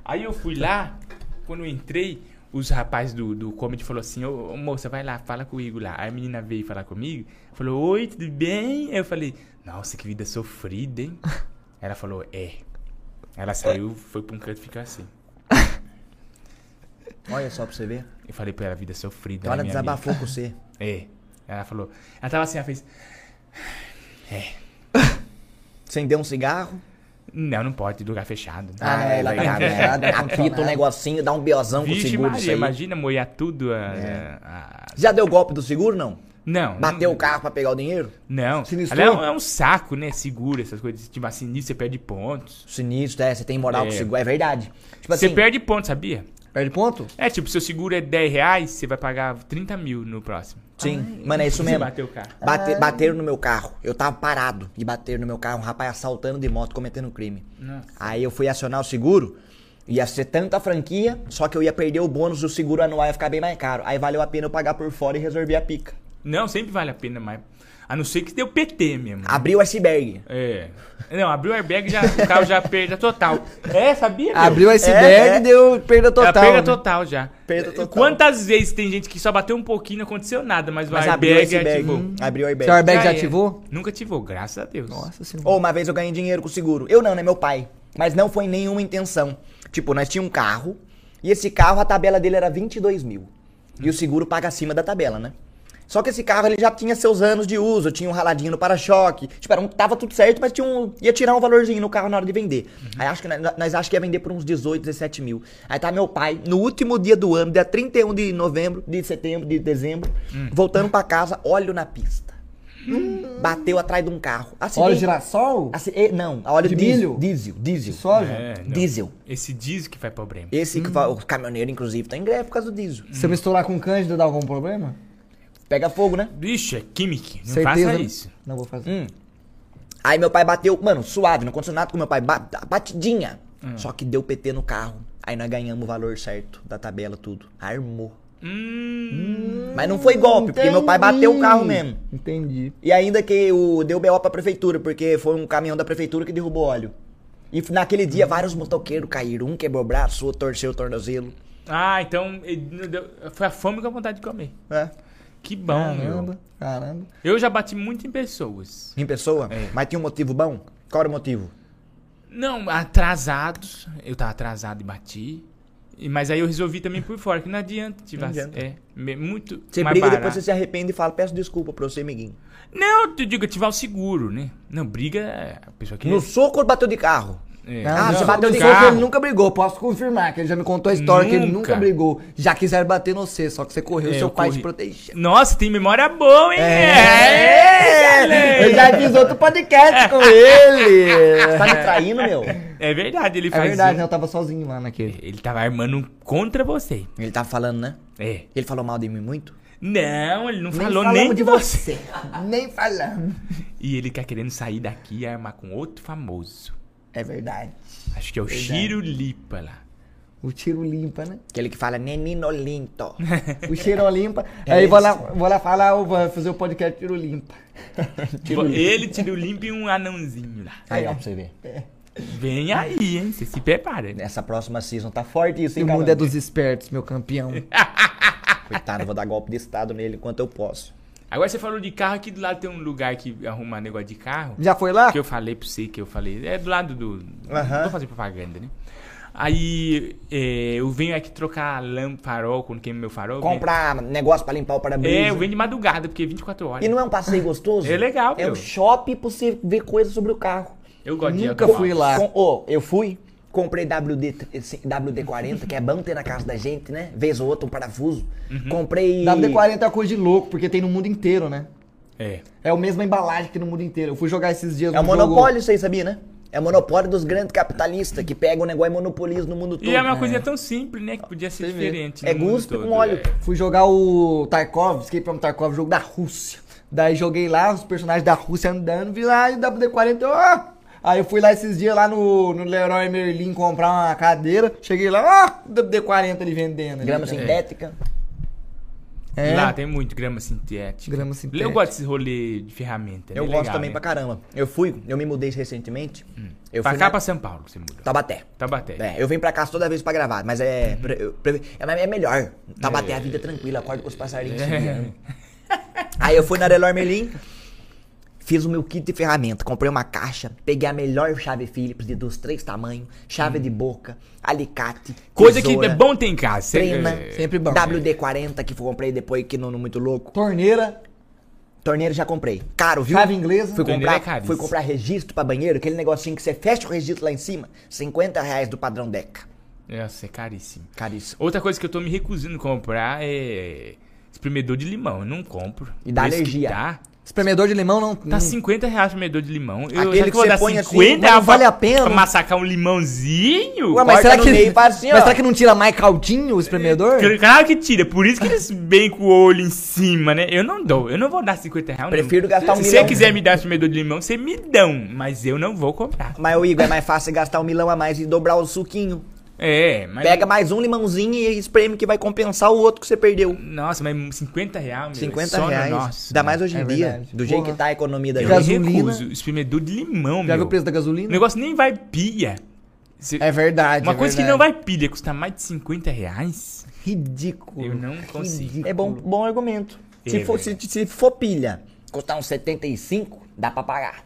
Aí eu fui lá, quando eu entrei, os rapazes do, do comedy falaram assim, ô ô, moça, vai lá, fala comigo lá. Aí a menina veio falar comigo, falou, oi, tudo bem? Aí eu falei, nossa, que vida sofrida, hein? Ela falou, é. Ela saiu, foi pra um canto e ficou assim. Olha só pra você ver. Eu falei pra ela, vida sofrida. Tem hora né, de É minha amiga?" desabafou com você. É. Ela falou. Ela tava assim, ela fez. Acendeu um cigarro. Não, não pode, lugar fechado. Ah, não, é lá vai- tá ligado. Apita um negocinho, dá um biozão com o Vixe, seguro disso Maria, aí. imagina moer tudo. A, a- a- Já deu golpe do seguro, não? Não. Bateu não, o carro pra pegar o dinheiro? Não. Sinistrou? Ela é, um, é um saco, né? Seguro, essas coisas. Tipo assim, nisso você perde pontos. Sinistro, é, você tem moral com o É. seguro, é verdade. Tipo você assim, perde pontos, sabia? Perde ponto? É, tipo, seu seguro é 10 reais, você vai pagar 30 mil no próximo. sim, mano, é isso Você mesmo. bateu o carro. Bate- bateram no meu carro. Eu tava parado e bateram no meu carro. Um rapaz assaltando de moto, cometendo crime. Aí eu fui acionar o seguro. Ia ser tanta franquia, só que eu ia perder o bônus do seguro anual, ia ficar bem mais caro. Aí valeu a pena eu pagar por fora e resolver a pica. Não, sempre vale a pena, mas. A não ser que deu PT mesmo. Abri o iceberg. É. Não, abriu o airbag, já, o carro já perda total. É, sabia? meu? Abriu esse iceberg É, é. e deu perda Já total. pega né? total já. Perda total. Quantas vezes tem gente que só bateu um pouquinho e não aconteceu nada, mas, Mas o abriu Hum. o airbag iceberg. ativou. Abriu Seu o iceberg. airbag já era. ativou? Nunca ativou, graças a Deus. Nossa senhora. Ou uma vez eu ganhei dinheiro com o seguro. Eu não, né? Meu pai. Mas não foi nenhuma intenção. Tipo, nós tínhamos um carro e esse carro, a tabela dele era 22 mil. E o seguro paga acima da tabela, né? Só que esse carro ele já tinha seus anos de uso, tinha um raladinho no para-choque. Tipo, era um, tava tudo certo, mas tinha um, ia tirar um valorzinho no carro na hora de vender. Uhum. Aí acho que nós, nós acho que ia vender por uns 18, 17 mil. Aí tá meu pai, no último dia do ano, dia 31 de novembro, de setembro, de dezembro, Hum. voltando pra casa, óleo na pista. Bateu atrás de um carro. Olha o Acidente- girassol? Assim, eh, não, a óleo Tipo, De diesel, milho? diesel, diesel. Soja? É, não. Diesel. Esse diesel que faz problema. Esse que fa- o caminhoneiro, inclusive, tá em greve por causa do diesel. Se eu misturar com cândido, dá algum problema? Pega fogo, né? Bicho, é química. Não faça né? isso. Não vou fazer. Aí meu pai bateu, mano, suave, não aconteceu nada com meu pai, ba- batidinha. Só que deu PT no carro. Aí nós ganhamos o valor certo da tabela, tudo. Armou. Hum. Mas não foi golpe, porque meu pai bateu o carro mesmo. Entendi. E ainda que o deu BO pra prefeitura, porque foi um caminhão da prefeitura que derrubou óleo. E f- naquele dia vários motoqueiros caíram, um quebrou o braço, outro torceu o tornozelo. Ah, então ele não deu- foi a fome com a vontade de comer. É. Que bom, meu. Caramba, caramba. Eu já bati muito em pessoas. Em pessoa? É. Mas tinha um motivo bom? Qual era o motivo? Não, atrasados. Eu tava atrasado e bati. E- Mas aí eu resolvi também por fora, que não adianta. Tipo, Não assim, adianta. É, me- muito Você mais briga e barato. depois você se arrepende e fala, peço desculpa pra você, amiguinho. Não, eu digo ativar o seguro, né? Não, briga é a pessoa que. No soco ele bateu de carro. É. Não, Ah, não, você bateu de só que carro. Ele nunca brigou, posso confirmar, que ele já me contou a história que ele nunca Nunca. brigou. Já quiseram bater no você, só que você correu e É, seu eu pai corri. te protegeu. Nossa, tem memória boa, hein? Eu É, é, já fiz outro podcast com ele. Você tá me traindo, meu? é verdade, ele É faz verdade, né? isso. Eu tava sozinho lá naquele. Ele tava armando um contra você. Ele tava falando, né? É. Ele falou mal de mim muito? Não, ele não falou nem de você. Nem falamos. E ele tá querendo sair daqui e armar com outro famoso. É verdade. Acho que é o Chiro Lipa lá. O tiro limpa, né? Aquele que fala, nenino linto. O cheiro é limpa. aí vou lá, vou lá falar, eu vou fazer o podcast tiro limpa. ele, Tiro Limpa e um anãozinho lá. Aí, ó, pra você ver. Vem aí, hein? Você se prepara. né? Essa próxima season tá forte isso, O hein, mundo cara? é dos espertos, meu campeão. Coitado, eu vou dar golpe de estado nele enquanto eu posso. Agora você falou de carro, aqui do lado tem um lugar que arruma negócio de carro. Já foi lá? que eu falei pra você, que eu falei. É do lado do. Aham. Não vou fazer propaganda, né? Aí é, eu venho aqui trocar lâmpada, farol, quando queima meu farol. eu venho- Comprar negócio pra limpar o É, eu para-brisa. venho de madrugada, porque é 24 horas. E não é um passeio gostoso? É legal, É meu. um shopping pra você ver coisas sobre o carro. Eu gosto de Nunca automóvel. fui lá. Com- ô, eu fui Comprei WD, esse WD-40, que é bom ter na casa da gente, né? Vez ou outra, um parafuso. Uhum. Comprei... WD-40 é uma coisa de louco, porque tem no mundo inteiro, né? É. É a mesma embalagem que tem no mundo inteiro. Eu fui jogar esses dias É o um jogo- monopólio isso aí, sabia, né? É o monopólio dos grandes capitalistas que pegam o negócio e monopolizam no mundo todo. E é uma coisa tão simples, né? Que podia ser diferente. É no mundo guspe com todo, óleo. é. Fui jogar o Tarkov, escape from Tarkov, jogo da Rússia. Daí joguei lá, os personagens da Rússia andando, vi lá "Ah, e WD-40, ó. Aí eu fui lá esses dias lá no, no Leroy Merlin comprar uma cadeira, cheguei lá, "Ah, ó, WD-40 ali vendendo. ali. Grama sintética. É. Lá tem muito grama sintética. Grama sintética. Eu gosto desse rolê de ferramenta. né? Eu gosto também pra caramba. Eu fui, eu me mudei recentemente. Eu Hum. Pra fui cá, na- pra São Paulo, que você mudou. Tabaté. Tabaté. É, eu venho pra casa toda vez pra gravar, mas Uhum. é. pre- eu- pre- É, mas é melhor. Tabaté, a vida é tranquila, acordo com os É. passarinhos. chilando. Aí eu fui na Delor Merlin, fiz o meu kit de ferramenta, comprei uma caixa, peguei a melhor chave Phillips de dos três tamanhos, chave de boca, alicate. Hum. Coisa que tesoura, né? é bom ter em casa. Você- Trema, é, sempre bom. WD-40 que eu comprei depois que não, não muito louco. Torneira, Torneira já comprei. Caro, viu? chave inglesa. Fui Torneira é comprar, caríssimo. fui comprar registro pra banheiro, aquele negocinho que você fecha o registro lá em cima, 50 reais do padrão Deca. Nossa, é caríssimo. Caríssimo. Outra coisa que eu tô me recusando a comprar é espremedor de limão. Eu não compro. E dá Por isso que alergia. Hum. Dá. Espremedor de limão não. Tá não- 50 reais o espremedor de limão. Eu, Aquele será que eu vou você dar põe assim, 50 mas não reais vale pra- a pena, Pra não- massacar um limãozinho? Ué, Ué, mas Corta será no que, meio e faz assim, mas ó. será que não tira mais caldinho o espremedor? Claro que tira, por isso que eles bem com o olho em cima, né? Eu não dou, eu não vou dar 50 reais. não. Prefiro gastar um Se você milhão. quiser me dar espremedor de limão, você me dão, mas eu não vou comprar. Mas, ô Igor, é mais fácil você gastar um milão a mais e dobrar o suquinho. É, mas. Pega mais um limãozinho e espreme que vai compensar o outro que você perdeu. Nossa, mas 50 reais, meu. 50 só no reais. nosso. né? Ainda mais hoje em É dia, verdade. do jeito Porra. que tá a economia da Eu gente. Gasolina. recuso espremedor de limão, Já viu meu. o preço da O gasolina? negócio nem vai pia. Se- É verdade. Uma é coisa que verdade. não vai pilha custar mais de 50 reais, Ridículo. eu não consigo. É bom, bom argumento. É, Se for, se, velho. se for pilha, custar uns 75, dá pra pagar.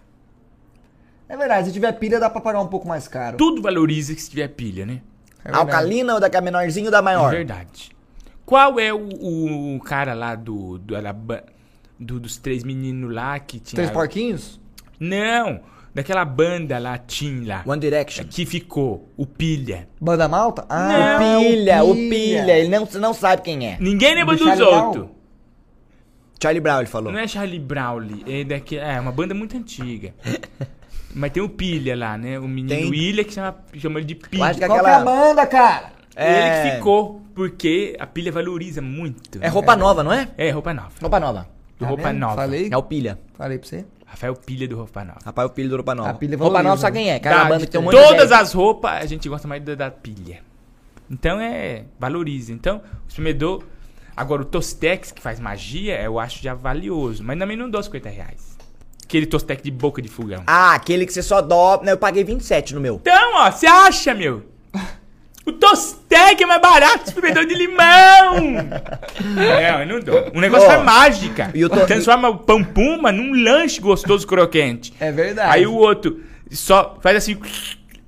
É verdade, se tiver pilha dá pra pagar um pouco mais caro. Tudo valoriza que se tiver pilha, né? É verdade. Alcalina ou da que é menorzinho ou da É maior? verdade. Qual é o, o cara lá do, do, Alaba- do- dos três meninos lá que tinha. Três porquinhos? Não! Daquela banda lá, Tim lá. One Direction. Que ficou o pilha. Banda malta? Ah, Não, É, o Pilha, o pilha. Ele não, não sabe quem é. Ninguém lembra Do dos Charlie Brown? outros. Charlie Brown, ele falou. Não é Charlie Brawley, é, daqui, é uma banda muito antiga. Mas tem o Pilha lá, né? O menino Tem. William que chama, chama ele de Pilha. acho que Qual que é aquela- a banda, cara? É- Ele que ficou, porque a pilha valoriza muito. É roupa nova, não é? É, roupa nova. Roupa nova. Do Tá roupa vendo? nova. Falei, É o pilha. falei pra você. Rafael Pilha do Roupa Nova. Rapaz, o pilha do Roupa Nova. A pilha roupa valoriza, Nova sabe né? quem é? Aquela Da- banda que tem um monte de Todas velho. as roupas a gente gosta mais da, da pilha. Então é. valoriza. Então, o espremedor. Agora, o Tostex, que faz magia, eu acho já valioso. Mas também não dou 50 reais. Aquele Tostex de boca de fogão. Ah, aquele que você só dobra. Não, eu paguei 27 no meu. Então, ó, você acha, meu? O Tostec é mais barato que o espremedor de limão! não, eu não dou. O negócio Ó, é mágica. e o to- Transforma o pão puma num lanche gostoso crocante. É verdade. Aí o outro só faz assim...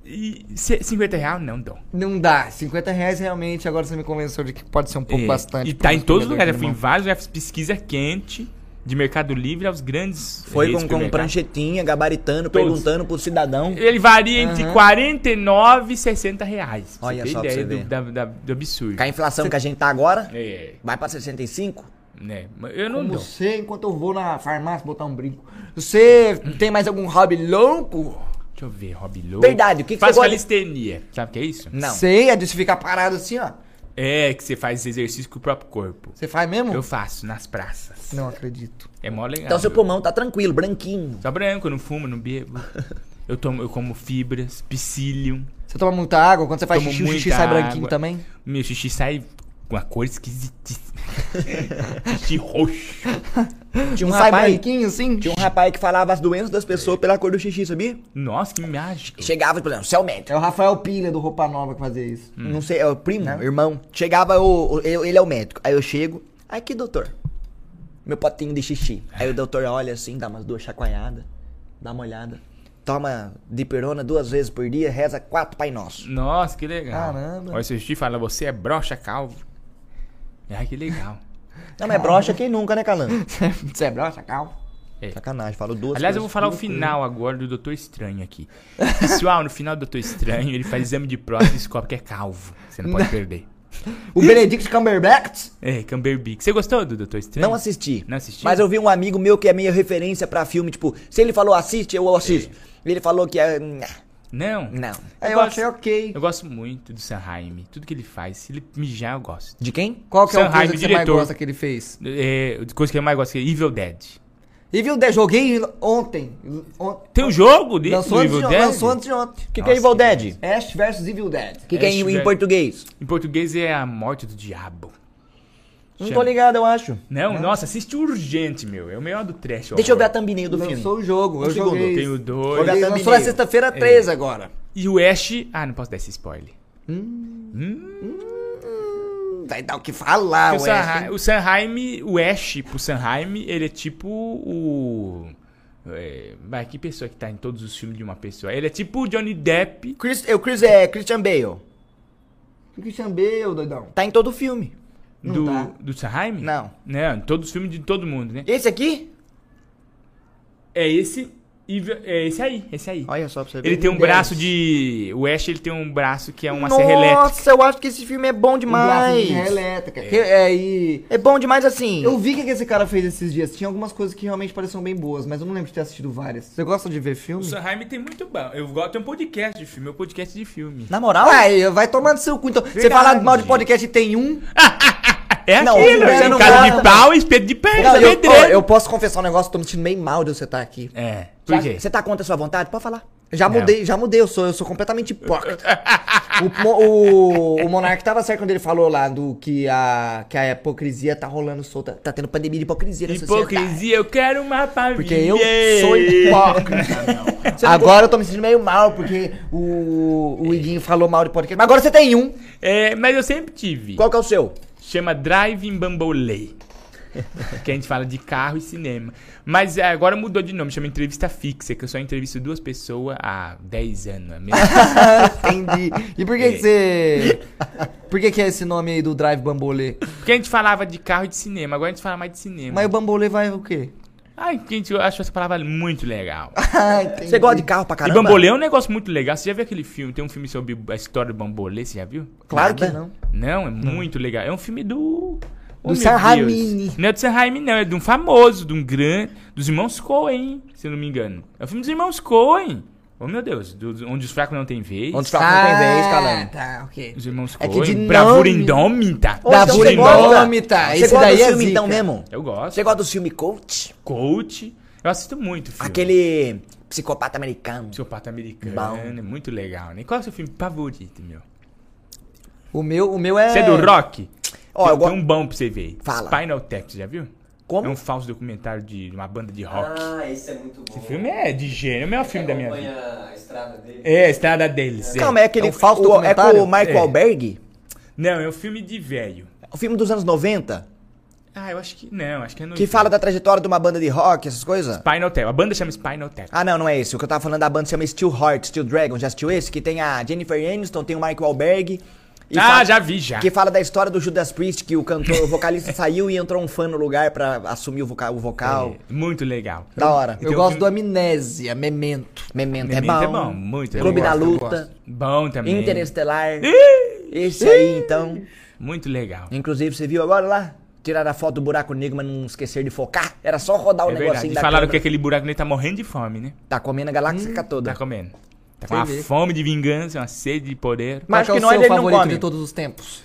E cê- 50 reais? Não dou. Não dá. 50 reais realmente, agora você me convenceu de que pode ser um pouco É, bastante. E tá pra um em todos os espremedor lugares. de Eu fui em limão. vários lugares, fiz pesquisa quente, de Mercado Livre aos grandes... Foi redes com, com supermercados. pranchetinha, gabaritando, Todos. perguntando pro cidadão. Ele varia entre Aham. 49 e 60 reais. pra Olha ter só pra ideia você ver. do, da- da- do absurdo. Com a inflação que a gente tá agora, É. vai pra 65? né? Mas Eu não Como dou. Você, enquanto eu vou na farmácia botar um brinco. Você tem mais algum hobby louco? Deixa eu ver, Rob Lowe. Verdade, o que que Faz você gosta de- calistenia. Sabe o que é isso? Não. Sei, é de você ficar parado assim, ó. É que você faz exercício com o próprio corpo. Você faz mesmo? Eu faço nas praças. Não acredito. É mó legal. Então seu meu. pulmão tá tranquilo, branquinho. Tá branco, eu não fumo, não bebo. eu, tomo, eu como fibras, psyllium. Você toma muita água? Quando você faz Tomo xixi, o xixi muita sai branquinho água. também? Meu xixi sai com uma cor esquisitíssima. xixi roxo. Tinha um Não sai rapaz. branquinho assim? Tinha um rapaz que falava as doenças das pessoas pela cor do xixi, sabia? Nossa, que mágico. Chegava, por exemplo, céu médico. É o Rafael Pilha do Roupa Nova que fazia isso. Não sei, é o primo, irmão. Chegava, o, o- eu- ele é o médico. Aí eu chego, aí que doutor? Meu potinho de xixi. Aí o doutor olha assim, dá umas duas chacoalhadas, dá uma olhada. Toma dipirona duas vezes por dia, reza quatro Pai Nosso. Nossa, que legal. Caramba. Olha, seu xixi fala, você é broxa calvo. Ai, que legal. Não, mas brocha é quem nunca, né, Calan? Você é broxa, calma. Sacanagem, falo duas Aliás, eu vou coisas. falar o final agora do Doutor Estranho aqui. Pessoal, no final do Doutor Estranho, ele faz exame de próstata e descobre que é calvo. Você não pode perder. O Benedict Cumberbatch? É, Camberbic. Você gostou do Doutor Estranho? Não assisti. Não assistiu? Mas eu vi um amigo meu que é minha referência pra filme, tipo, se ele falou assiste, eu assisto. Ele falou que é. "Nha, Não. Não. Aí Eu eu gosto. achei ok. Eu gosto muito do Sam Raimi. Tudo que ele faz, se ele mijar, eu gosto. De quem? Qual que é Sam o coisa Raimi, que você mais diretor. gosta que ele fez? É, a coisa que eu mais gosto é Evil Dead. E viu, de- joguei ontem. On- Tem um jogo desse Lançou do antes, Evil de, Dead? lançou antes de ontem. O que, que é Evil Dead? Ash vs Evil Dead. O que, que é Ash em, em Vel- português? Em português é A Morte do Diabo. Não tô Chama. ligado, eu acho. Não, nossa, assiste urgente, meu. É o melhor do trash. Deixa eu ver a horror. thumbnail É do filme. Lançou o jogo, eu segundo, joguei. Tem o Joguei, 2. é Olha- lançou na É. sexta-feira 3 agora. E o Ash... Ah, não posso dar esse spoiler. Vai dar o que falar, Porque o, Sam ué. Ra- o Sam Raimi, o Ash pro Sam Raimi, ele é tipo o. É, vai, que pessoa que tá em todos os filmes de uma pessoa? Ele é tipo o Johnny Depp. Chris, eu, Chris, é, Christian Bale. O Christian Bale, doidão. Tá em todo filme. Do, do Sam Raimi? Não. Não, em todos os filmes de todo mundo, né? Esse aqui? É esse. e v- É esse aí, esse aí. Olha só pra você ver. Ele tem um Dead. braço de. O Ash ele tem um braço que é uma Nossa, serra elétrica. eu acho que esse filme é Um bom demais. Mas... elétrica. Que- é, e... É bom demais assim. Eu vi o que que esse cara fez esses dias. Tinha algumas coisas que realmente pareciam bem boas, mas eu não lembro de ter assistido várias. Você gosta de ver O filme? Sam Raimi tem muito bom. Eu gosto, tem um podcast de filme, é um podcast de filme. Na moral? Ué, É, vai tomando seu cu. Então, você Verdade. fala mal de podcast e tem um. É Não, aquilo, você é não cara gosta. de pau e espeto de perna, Não, eu, ó, pedreiro. eu posso confessar um negócio, tô me sentindo meio mal de eu estar aqui. É, por quê? Você você tá contra a sua vontade? Pode falar. Já Não. mudei, já mudei, eu sou, eu sou completamente hipócrita. o, mo- o, o Monark tava certo quando ele falou lá do que a, que a hipocrisia tá rolando solta. Tá tendo pandemia de hipocrisia na sociedade. Hipocrisia, eu quero uma família. Porque eu sou hipócrita. agora eu tô me sentindo meio mal, porque o, o Iguinho falou mal de podcast. Mas agora você tem um. É, mas eu sempre tive. Qual que é o seu? Chama Drive in Bambolê. que a gente fala de carro e cinema. Mas é, agora mudou de nome, chama Entrevista Fixa, que eu só entrevisto duas pessoas há 10 anos. é mesmo? Entendi. E por que, que você. Por que, que é esse nome aí do Drive Bambolê? Porque a gente falava de carro e de cinema, agora a gente fala mais de cinema. Mas o Bambolê vai o quê? Ai, gente, eu acho essa palavra muito legal. Ah, entendi. Você gosta de carro pra caramba? E Bambolê é um negócio muito legal. Você já viu aquele filme? Tem um filme sobre a história do Bambolê, você já viu? Claro que não. Não, é muito legal. É um filme do. oh, Do meu Sam Deus. Raimi. Não é do Sam Raimi, não. É de um famoso, de um grande. Dos irmãos Coen, se eu não me engano. É o filme dos irmãos Coen. Oh, meu Deus. do- do- onde os fracos não têm vez. Onde os fracos não tem vez, Ah, calando. tá, ok. Os irmãos É que Coen. tá? de nome- Bravura Indômita. Ou então Bravura você gosta- Indômita. nome, tá? Você Esse gosta daí do é filme zica. então mesmo? Eu gosto. Você gosta do filme Coach? Coach. Eu assisto muito filme. Aquele psicopata americano. Psicopata americano. Bom. É muito legal, né? Qual é o seu filme favorito, meu? O meu, o meu é. Você é do rock? Ó, tem, eu go- tem um bom pra você ver. Fala. Spinal Tap, você já viu? Como? É um falso documentário de de uma banda de rock. Ah, esse é muito bom. O filme é de gênio, é o melhor filme da minha vida. acompanha a estrada dele. É, a estrada deles. é. Calma, é aquele É um falso o- É documentário? com o Michael É. Alberg? Não, é um filme de velho. O filme dos anos 90? Ah, eu acho que não, acho que é no. Que fala da trajetória de uma banda de rock, essas coisas? Spinal Tap. A banda chama Spinal Tap. Ah, não, não é esse. O que eu tava falando da banda chama Steel Heart, Steel Dragon. Já assistiu esse? Que tem a Jennifer Aniston, tem o Michael Alberg. e Ah, fala- já vi, já. Que fala da história do Judas Priest, que o cantor, o vocalista saiu e entrou um fã no lugar pra assumir o vocal. O vocal. É, muito legal. um Da hora. é Eu gosto do Amnésia, Memento. Memento, Memento é, é bom. bom, muito, eu Clube da gosto, eu Luta, Bom também. Interestelar. Ih, Esse aí, então. Muito legal. Inclusive, você viu agora lá? Tiraram a foto do buraco negro, mas não esquecer de focar. Era só rodar o é verdade. negocinho E da falaram que câmera. aquele buraco nele tá morrendo de fome, né? Tá comendo a galáxia Tá toda. comendo. Tá com uma fome de vingança, uma sede de poder. Mas acho Qual é o que nós seu ele não favorito come. de todos os tempos?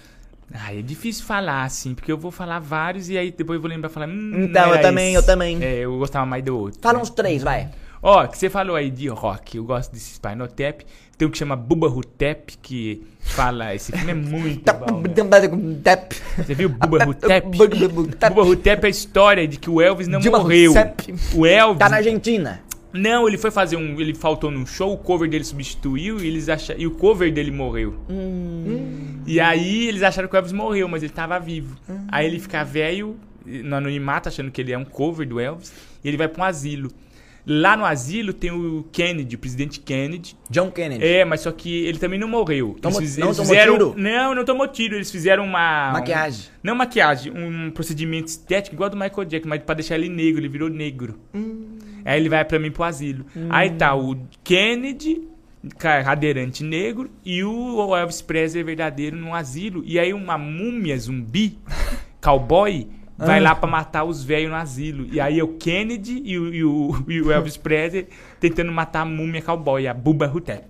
Ah, é difícil falar assim, porque eu vou falar vários e aí depois eu vou lembrar e falar. Hum, Então, não eu era também, esse. eu também. É, eu gostava mais do outro. Fala um né? uns três, vai. Ó, que você falou aí de rock, eu gosto desse Spinal Tap. Tem um que chama Bubba Who Tap, que fala. Esse filme é muito bom. velho. Tap. Você viu Bubba Who Tap? Tap. Bubba Who Tap é a história de que o Elvis não Dilma morreu. Rousseff. O Elvis. Tá na Argentina. Não, ele foi fazer um. Ele faltou num show, o cover dele substituiu e eles acharam. E o cover dele morreu. Hum. E aí eles acharam que o Elvis morreu, mas ele tava vivo. Aí ele fica velho, no anonimato, achando que ele é um cover do Elvis, e ele vai pra um asilo. Lá no asilo tem o Kennedy, o presidente Kennedy. John Kennedy. É, mas só que ele também não morreu. Eles Tomou- fiz- não eles tomou fizeram, tiro? Não, não tomou tiro. Eles fizeram uma... Maquiagem. um- não maquiagem, um procedimento estético igual ao do Michael Jackson, mas pra deixar ele negro, ele virou negro. Aí ele vai pra mim pro asilo. Aí tá o Kennedy, ca- cadeirante negro, e o Elvis Presley verdadeiro no asilo. E aí uma múmia zumbi, cowboy... Vai lá pra matar os velhos no asilo. E aí é o Kennedy e o, e o- e o Elvis Presley tentando matar a múmia cowboy, a Bubba Hotep.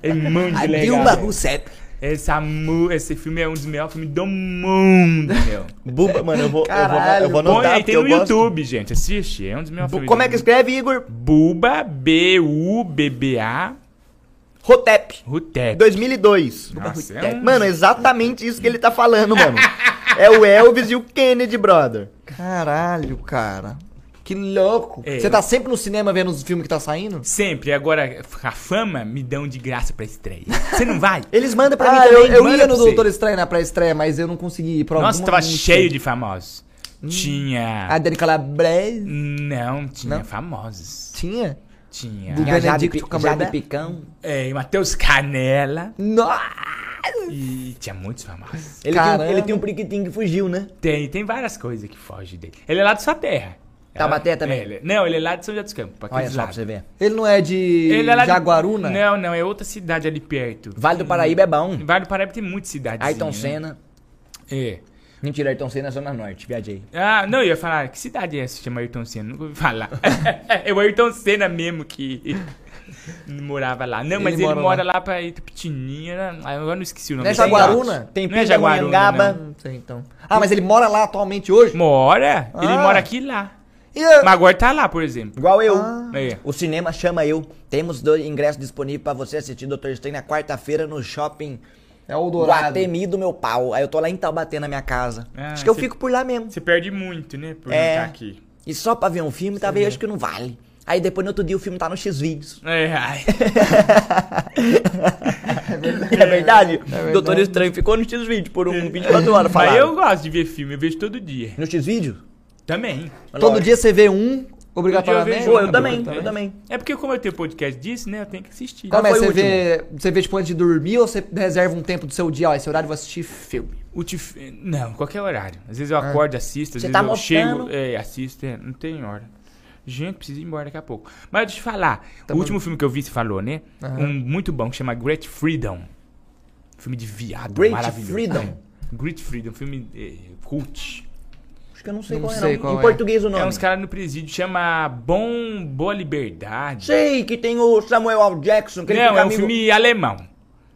É muito A um legal. Dilma Rousseff. Essa mu- esse filme é um dos melhores filmes do mundo, meu. Buba, mano, eu vou, eu vou, eu vou Põe anotar aí, tem porque no eu gosto. YouTube, gente. Assiste, é um dos melhores filmes. Como é do que mundo. escreve, Igor? Buba, B-U-B-B-A, Rotep, Rutep. 2002. Nossa, é um- Mano, é exatamente isso que ele tá falando, mano. É o Elvis e o Kennedy, brother. Caralho, cara. Que louco. É. Você tá sempre no cinema vendo os filmes que tá saindo? Sempre, agora a fama me dão de graça pra estreia. Você não vai? Eles mandam pra mim Ah, eu, também. eu manda ia pra no você. Doutor Estranho na pré-estreia, mas eu não consegui ir pra Nossa, alguma- tava não cheio sei. de famosos. Hum. Tinha... A Dani Calabrese Não, tinha Não? famosos. tinha? Tinha... Do- Tinha a Jade, Benedicto Pi- Cumberbatch. Jade Picão. É, Matheus Canela. Nossa! E tinha muitos famosos. Ele tem, um- Caramba. ele tem um priquitinho que fugiu, né? Tem, tem várias coisas que fogem dele. Ele é lá de sua terra. Taubaté Ela- também? é, ele- não, ele é lá de São José dos Campos, pra Olha aqueles só pra lados. você ver. Ele não é de Ele é lá de- Jaguaruna? Não, não, é outra cidade ali perto. Vale do Paraíba é bom. Vale do Paraíba tem muitas cidades. Ayrton Senna. É. Mentira, Ayrton Senna é Zona Norte, viajei. Ah, não, eu ia falar, que cidade é essa que chama Ayrton Senna? Nunca ouvi falar. é o Ayrton Senna mesmo que morava lá. Não, mas ele, mora mora lá, pra Itapetininha, né? agora eu não esqueci o nome. Não é da cidade. Jaguaruna? Tem Não é Pinda, Jaguaruna, Monhangaba. Não sei então. Ah, mas ele mora lá atualmente hoje? Mora, ele Ah. mora aqui e lá. E é eu- Mas agora tá lá, por exemplo. Igual eu. É. O cinema chama eu. Temos dois ingressos disponíveis pra você assistir Dr. Stein na quarta-feira no shopping É o Dourado. Guatemi do meu pau. Aí eu tô lá em Taubaté na minha casa. Ah, acho que eu cê- fico por lá mesmo. Você perde muito, né, por É. não tá aqui. E só pra ver um filme, talvez acho que não vale. Aí depois no outro dia o filme tá no X vídeos. É, ai. É verdade? Doutor Estranho ficou no X vídeos por um 24 horas Mas falaram. eu gosto de ver filme, eu vejo todo dia. No X vídeo? Também. Todo dia você vê um, obrigatoriamente? vejo um. Pô, É eu também, Também. eu também. É porque como eu tenho podcast disso, né, eu tenho que assistir. Como Qual é? foi Você o vê, você vê tipo antes de dormir ou você reserva um tempo do seu dia? Ó, esse horário eu vou assistir filme. O tif... Não, qualquer horário. Às vezes eu acordo, assisto, às Você vezes tá eu mofando? chego, é, assisto, é, não tem hora. Gente, preciso ir embora daqui a pouco. Mas deixa eu te falar, Tá o último filme que eu vi, você falou, né? Um muito bom, que chama Great Freedom. Filme de viado, Great maravilhoso. Freedom. Great Freedom, filme é, cult. Acho que eu não sei Não qual sei é, não. qual em é. português o nome. É uns caras no presídio, chama Bom Boa Liberdade. Sei que tem o Samuel L. Jackson, que ele Não, fica é um amigo- filme alemão.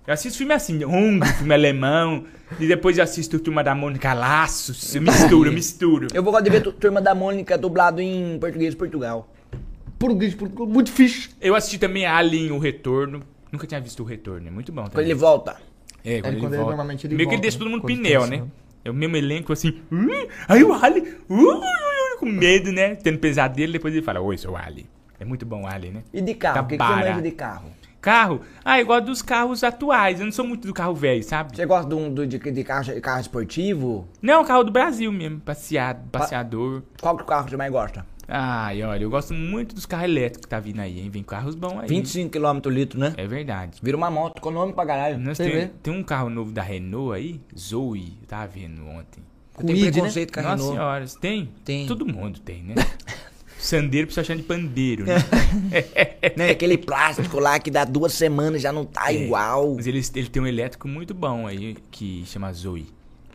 Eu assisto filme assim, húngaro, filme alemão. E depois eu assisto Turma da Mônica Laços. Eu misturo, eu misturo. Eu vou gostar de ver tu- Turma da Mônica dublado em português de Portugal. um Português, português, muito fixe. Eu assisti também Alien, O Retorno. Nunca tinha visto O Retorno, é muito bom Quando também. ele volta. É, quando É, ele quando ele volta. normalmente ele Meio que volta, ele deixa todo mundo quando pneu, tem né? esse- É o mesmo elenco assim. "Hum, aí o Alien, ui, ui, ui", com medo, né? Tendo pesadelo, depois ele fala, oi, sou o Alien. É muito bom o Alien, né? E de carro? O que, que você Tabara. manja de carro? Carro? Ah, eu gosto dos carros atuais. Eu não sou muito do carro velho, sabe? Você gosta de, um- do- de, de carro, de carro esportivo? Não, é um carro do Brasil mesmo. Passeado, passeador. Qual que o carro que você mais gosta? Ai, olha, eu gosto muito dos carros elétricos que tá vindo aí, hein? Vem carros bons aí. 25 km litro, né? É verdade. Vira uma moto, econômico pra caralho. Nós Você vê? tem, tem um carro novo da Renault aí, Zoe, eu tava vendo ontem. Eu tenho Quid, preconceito com né? a Nossa Renault. senhora, você tem? Tem. Todo mundo tem, né? Sandeiro precisa achar de pandeiro, né? Né, Aquele plástico lá que dá duas semanas e já não tá igual. É. Mas ele, ele tem um elétrico muito bom aí, que chama Zoe.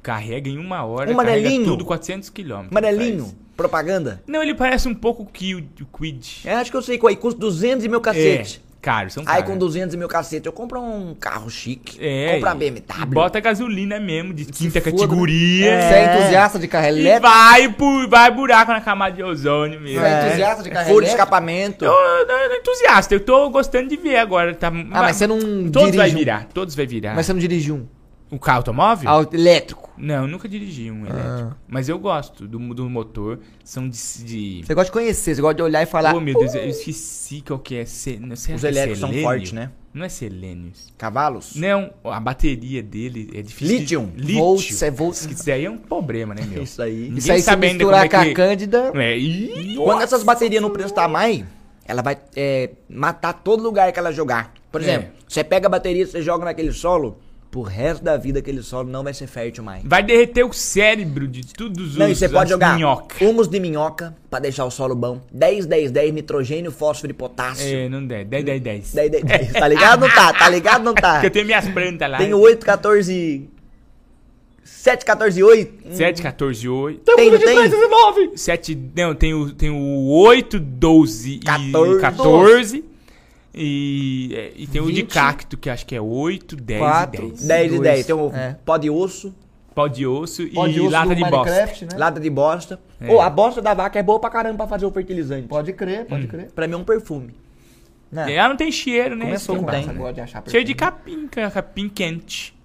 Carrega em uma hora, Um carrega amarelinho? tudo 400 km. Amarelinho, propaganda. Não, ele parece um pouco que o, o Quid. É, acho que eu sei qual é. Custa 200 e meu É. cacete. caro, são Aí caros. com 200 e meu cacete eu compro um carro chique. É, compro uma e- BMW. e Bota gasolina mesmo, de quinta foda, né? categoria. Você é entusiasta de carro E elétrico? vai, pu- vai buraco na camada de ozônio mesmo. Você é entusiasta de carro Furo de elétrico? escapamento. Eu, eu, eu tô entusiasta, eu tô gostando de ver agora. Tá, Ah, mas você não Todos vai dirige um. virar, todos vai virar. Mas você não dirige um. O carro automóvel? Ah, elétrico. Não, eu nunca dirigi um elétrico. Ah. Mas eu gosto do, do motor. São de. de... Você uh! gosta de conhecer, você gosta de olhar e falar. Oh, meu Deus, eu esqueci qual que é. Se... não sei Os se é elétricos são selênio. fortes, né? Não é selênios. Cavalos? Não, a bateria dele é difícil. de- Lítio. Né? Lítio. Volts, é volts. Que Isso aí é um problema, né, meu? Isso aí. Ninguém Isso aí se sabe ainda misturar como é com a que- Cândida. É, ih, Quando essas baterias não prestar mais, ela vai é, matar todo lugar que ela jogar. Por É. exemplo, você pega a bateria e você joga naquele solo, pro resto da vida aquele solo não vai ser fértil mais. vai derreter o cérebro de todos os Não, e você pode as jogar minhoca. humus de minhoca pra deixar o solo bom. 10, 10, 10, nitrogênio, fósforo e potássio. É, não der. 10, 10, 10. 10, 10, 10. Tá ligado? Não tá, tá ligado? Não tá. Porque eu tenho minhas plantas lá. Tenho 8, 14. 7, 14, Hum. 8. 7, 14, 8. Tem, tem. 7, não, tem o, tem o 8, 12 14. e 14. E, é, e tem o de cacto, que acho que é 8, 10 Quatro. e 10. 10 e Dois. 10. Tem o É. pó de osso, Pau de osso Pó e osso lata do de bosta. Minecraft, né? lata de bosta. É. Ô, a bosta da vaca é boa pra caramba pra fazer o fertilizante. Pode crer, pode Hum. crer. Pra mim é um perfume. É. Ela não tem cheiro, né? Começou Isso com que é essa, bom. gosta de achar Cheiro de perfume. capim, cara, capim quente.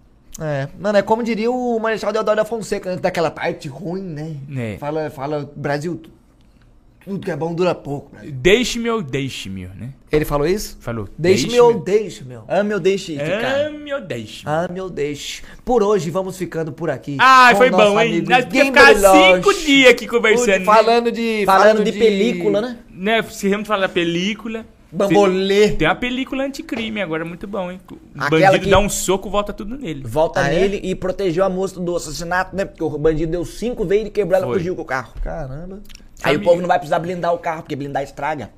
É, mano, é como diria o Marechal Deodoro da Fonseca, né? antes daquela parte ruim, né? É. Fala, fala, Brasil, tu- tudo que é bom dura pouco. Brasil. Deixe-me ou deixe-me, né? Ele falou isso? Falou. Deixe-me ou deixe, meu. Ame ou deixe É. ficar. Ame ou deixe-me. Ah, meu Deus. Por hoje vamos ficando por aqui. Ai, Ah, Com foi o nosso bom, hein? amigo Nós podíamos Guimbo ficar Loche. cinco dias aqui conversando. né? Falando de. Falando de película, né? Né, se vamos falar da película. Bambolê. Tem uma película anticrime agora, muito bom, hein? O Aquela bandido que- dá um soco, volta tudo nele. Volta Ah, é? nele e protegeu a moça do assassinato, né? Porque o bandido deu cinco vezes e quebrou ela e Foi. fugiu com o carro. Caramba. Aí o Sabe- povo não vai precisar blindar o carro, porque blindar estraga.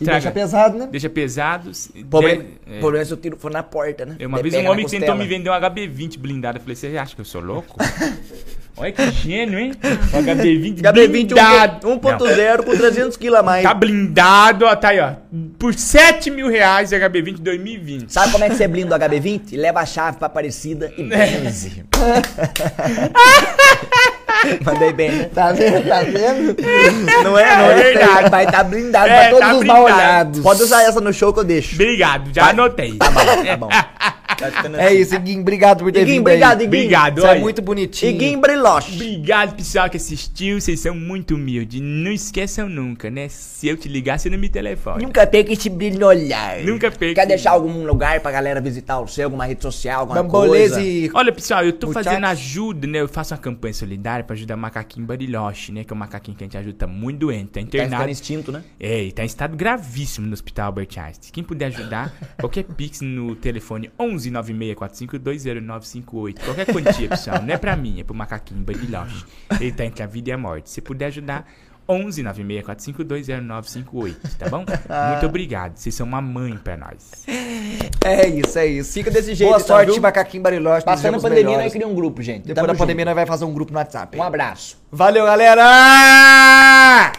E deixa Estraga. pesado, né? Deixa pesado. se- Problema, de- é. problema se o tiro for na porta, né? É, Uma Você vez pega um homem na tentou costela. me vender um HB20 blindado. Eu falei, você acha que eu sou louco? Olha que gênio, hein? Um HB20 HB20 um blindado. 1.0 com 300 kg a mais. Tá blindado, ó, tá aí, ó. Por 7 mil reais, HB20 2020. Sabe como é que você blinda o HB20? Leva a chave pra Aparecida É. e benze. Mandei bem, né? Tá vendo? Tá vendo? Não é, não É é? verdade. Vai tá blindado pra É, todos tá os blindado. mal olhados. Pode usar essa no show que eu deixo. Obrigado, já anotei. Tá bom. É isso, Iguinho. Obrigado por ter Iguinho, vindo. aí. obrigado, Iguinho. Obrigado, Você é olha. muito bonitinho. Iguinho Briloche. Obrigado, pessoal, que assistiu. Vocês são muito humildes. Não esqueçam nunca, né? Se eu te ligar, você não me telefone. Nunca perca esse brilho no olhar. Nunca perca Quer esse- deixar algum lugar pra galera visitar o seu, alguma rede social, alguma coisa? Bambolese. Olha, pessoal, eu tô Muchachos. fazendo ajuda, né? Eu faço uma campanha solidária pra ajudar o macaquinho Bariloche, né? Que é um macaquinho que a gente ajuda, tá muito doente, tá Tá ficando internado. extinto, né? É, e tá em estado gravíssimo no Hospital Albert Einstein. Quem puder ajudar, qualquer pix no telefone 11 964520958. Qualquer quantia, pessoal. Não é pra mim, é pro macaquinho Bariloche. Ele tá entre a vida e a morte. Se puder ajudar, 11 964520958, tá bom? Muito obrigado. Vocês são uma mãe pra nós. É isso, é isso. Fica desse jeito, Boa tá, sorte, viu? Macaquinho Bariloche. Passando a desejamos pandemia, nós melhoras. criamos um grupo, gente. Depois Tamo da pandemia, junto. nós vai fazer um grupo no WhatsApp. Um abraço. Valeu, galera!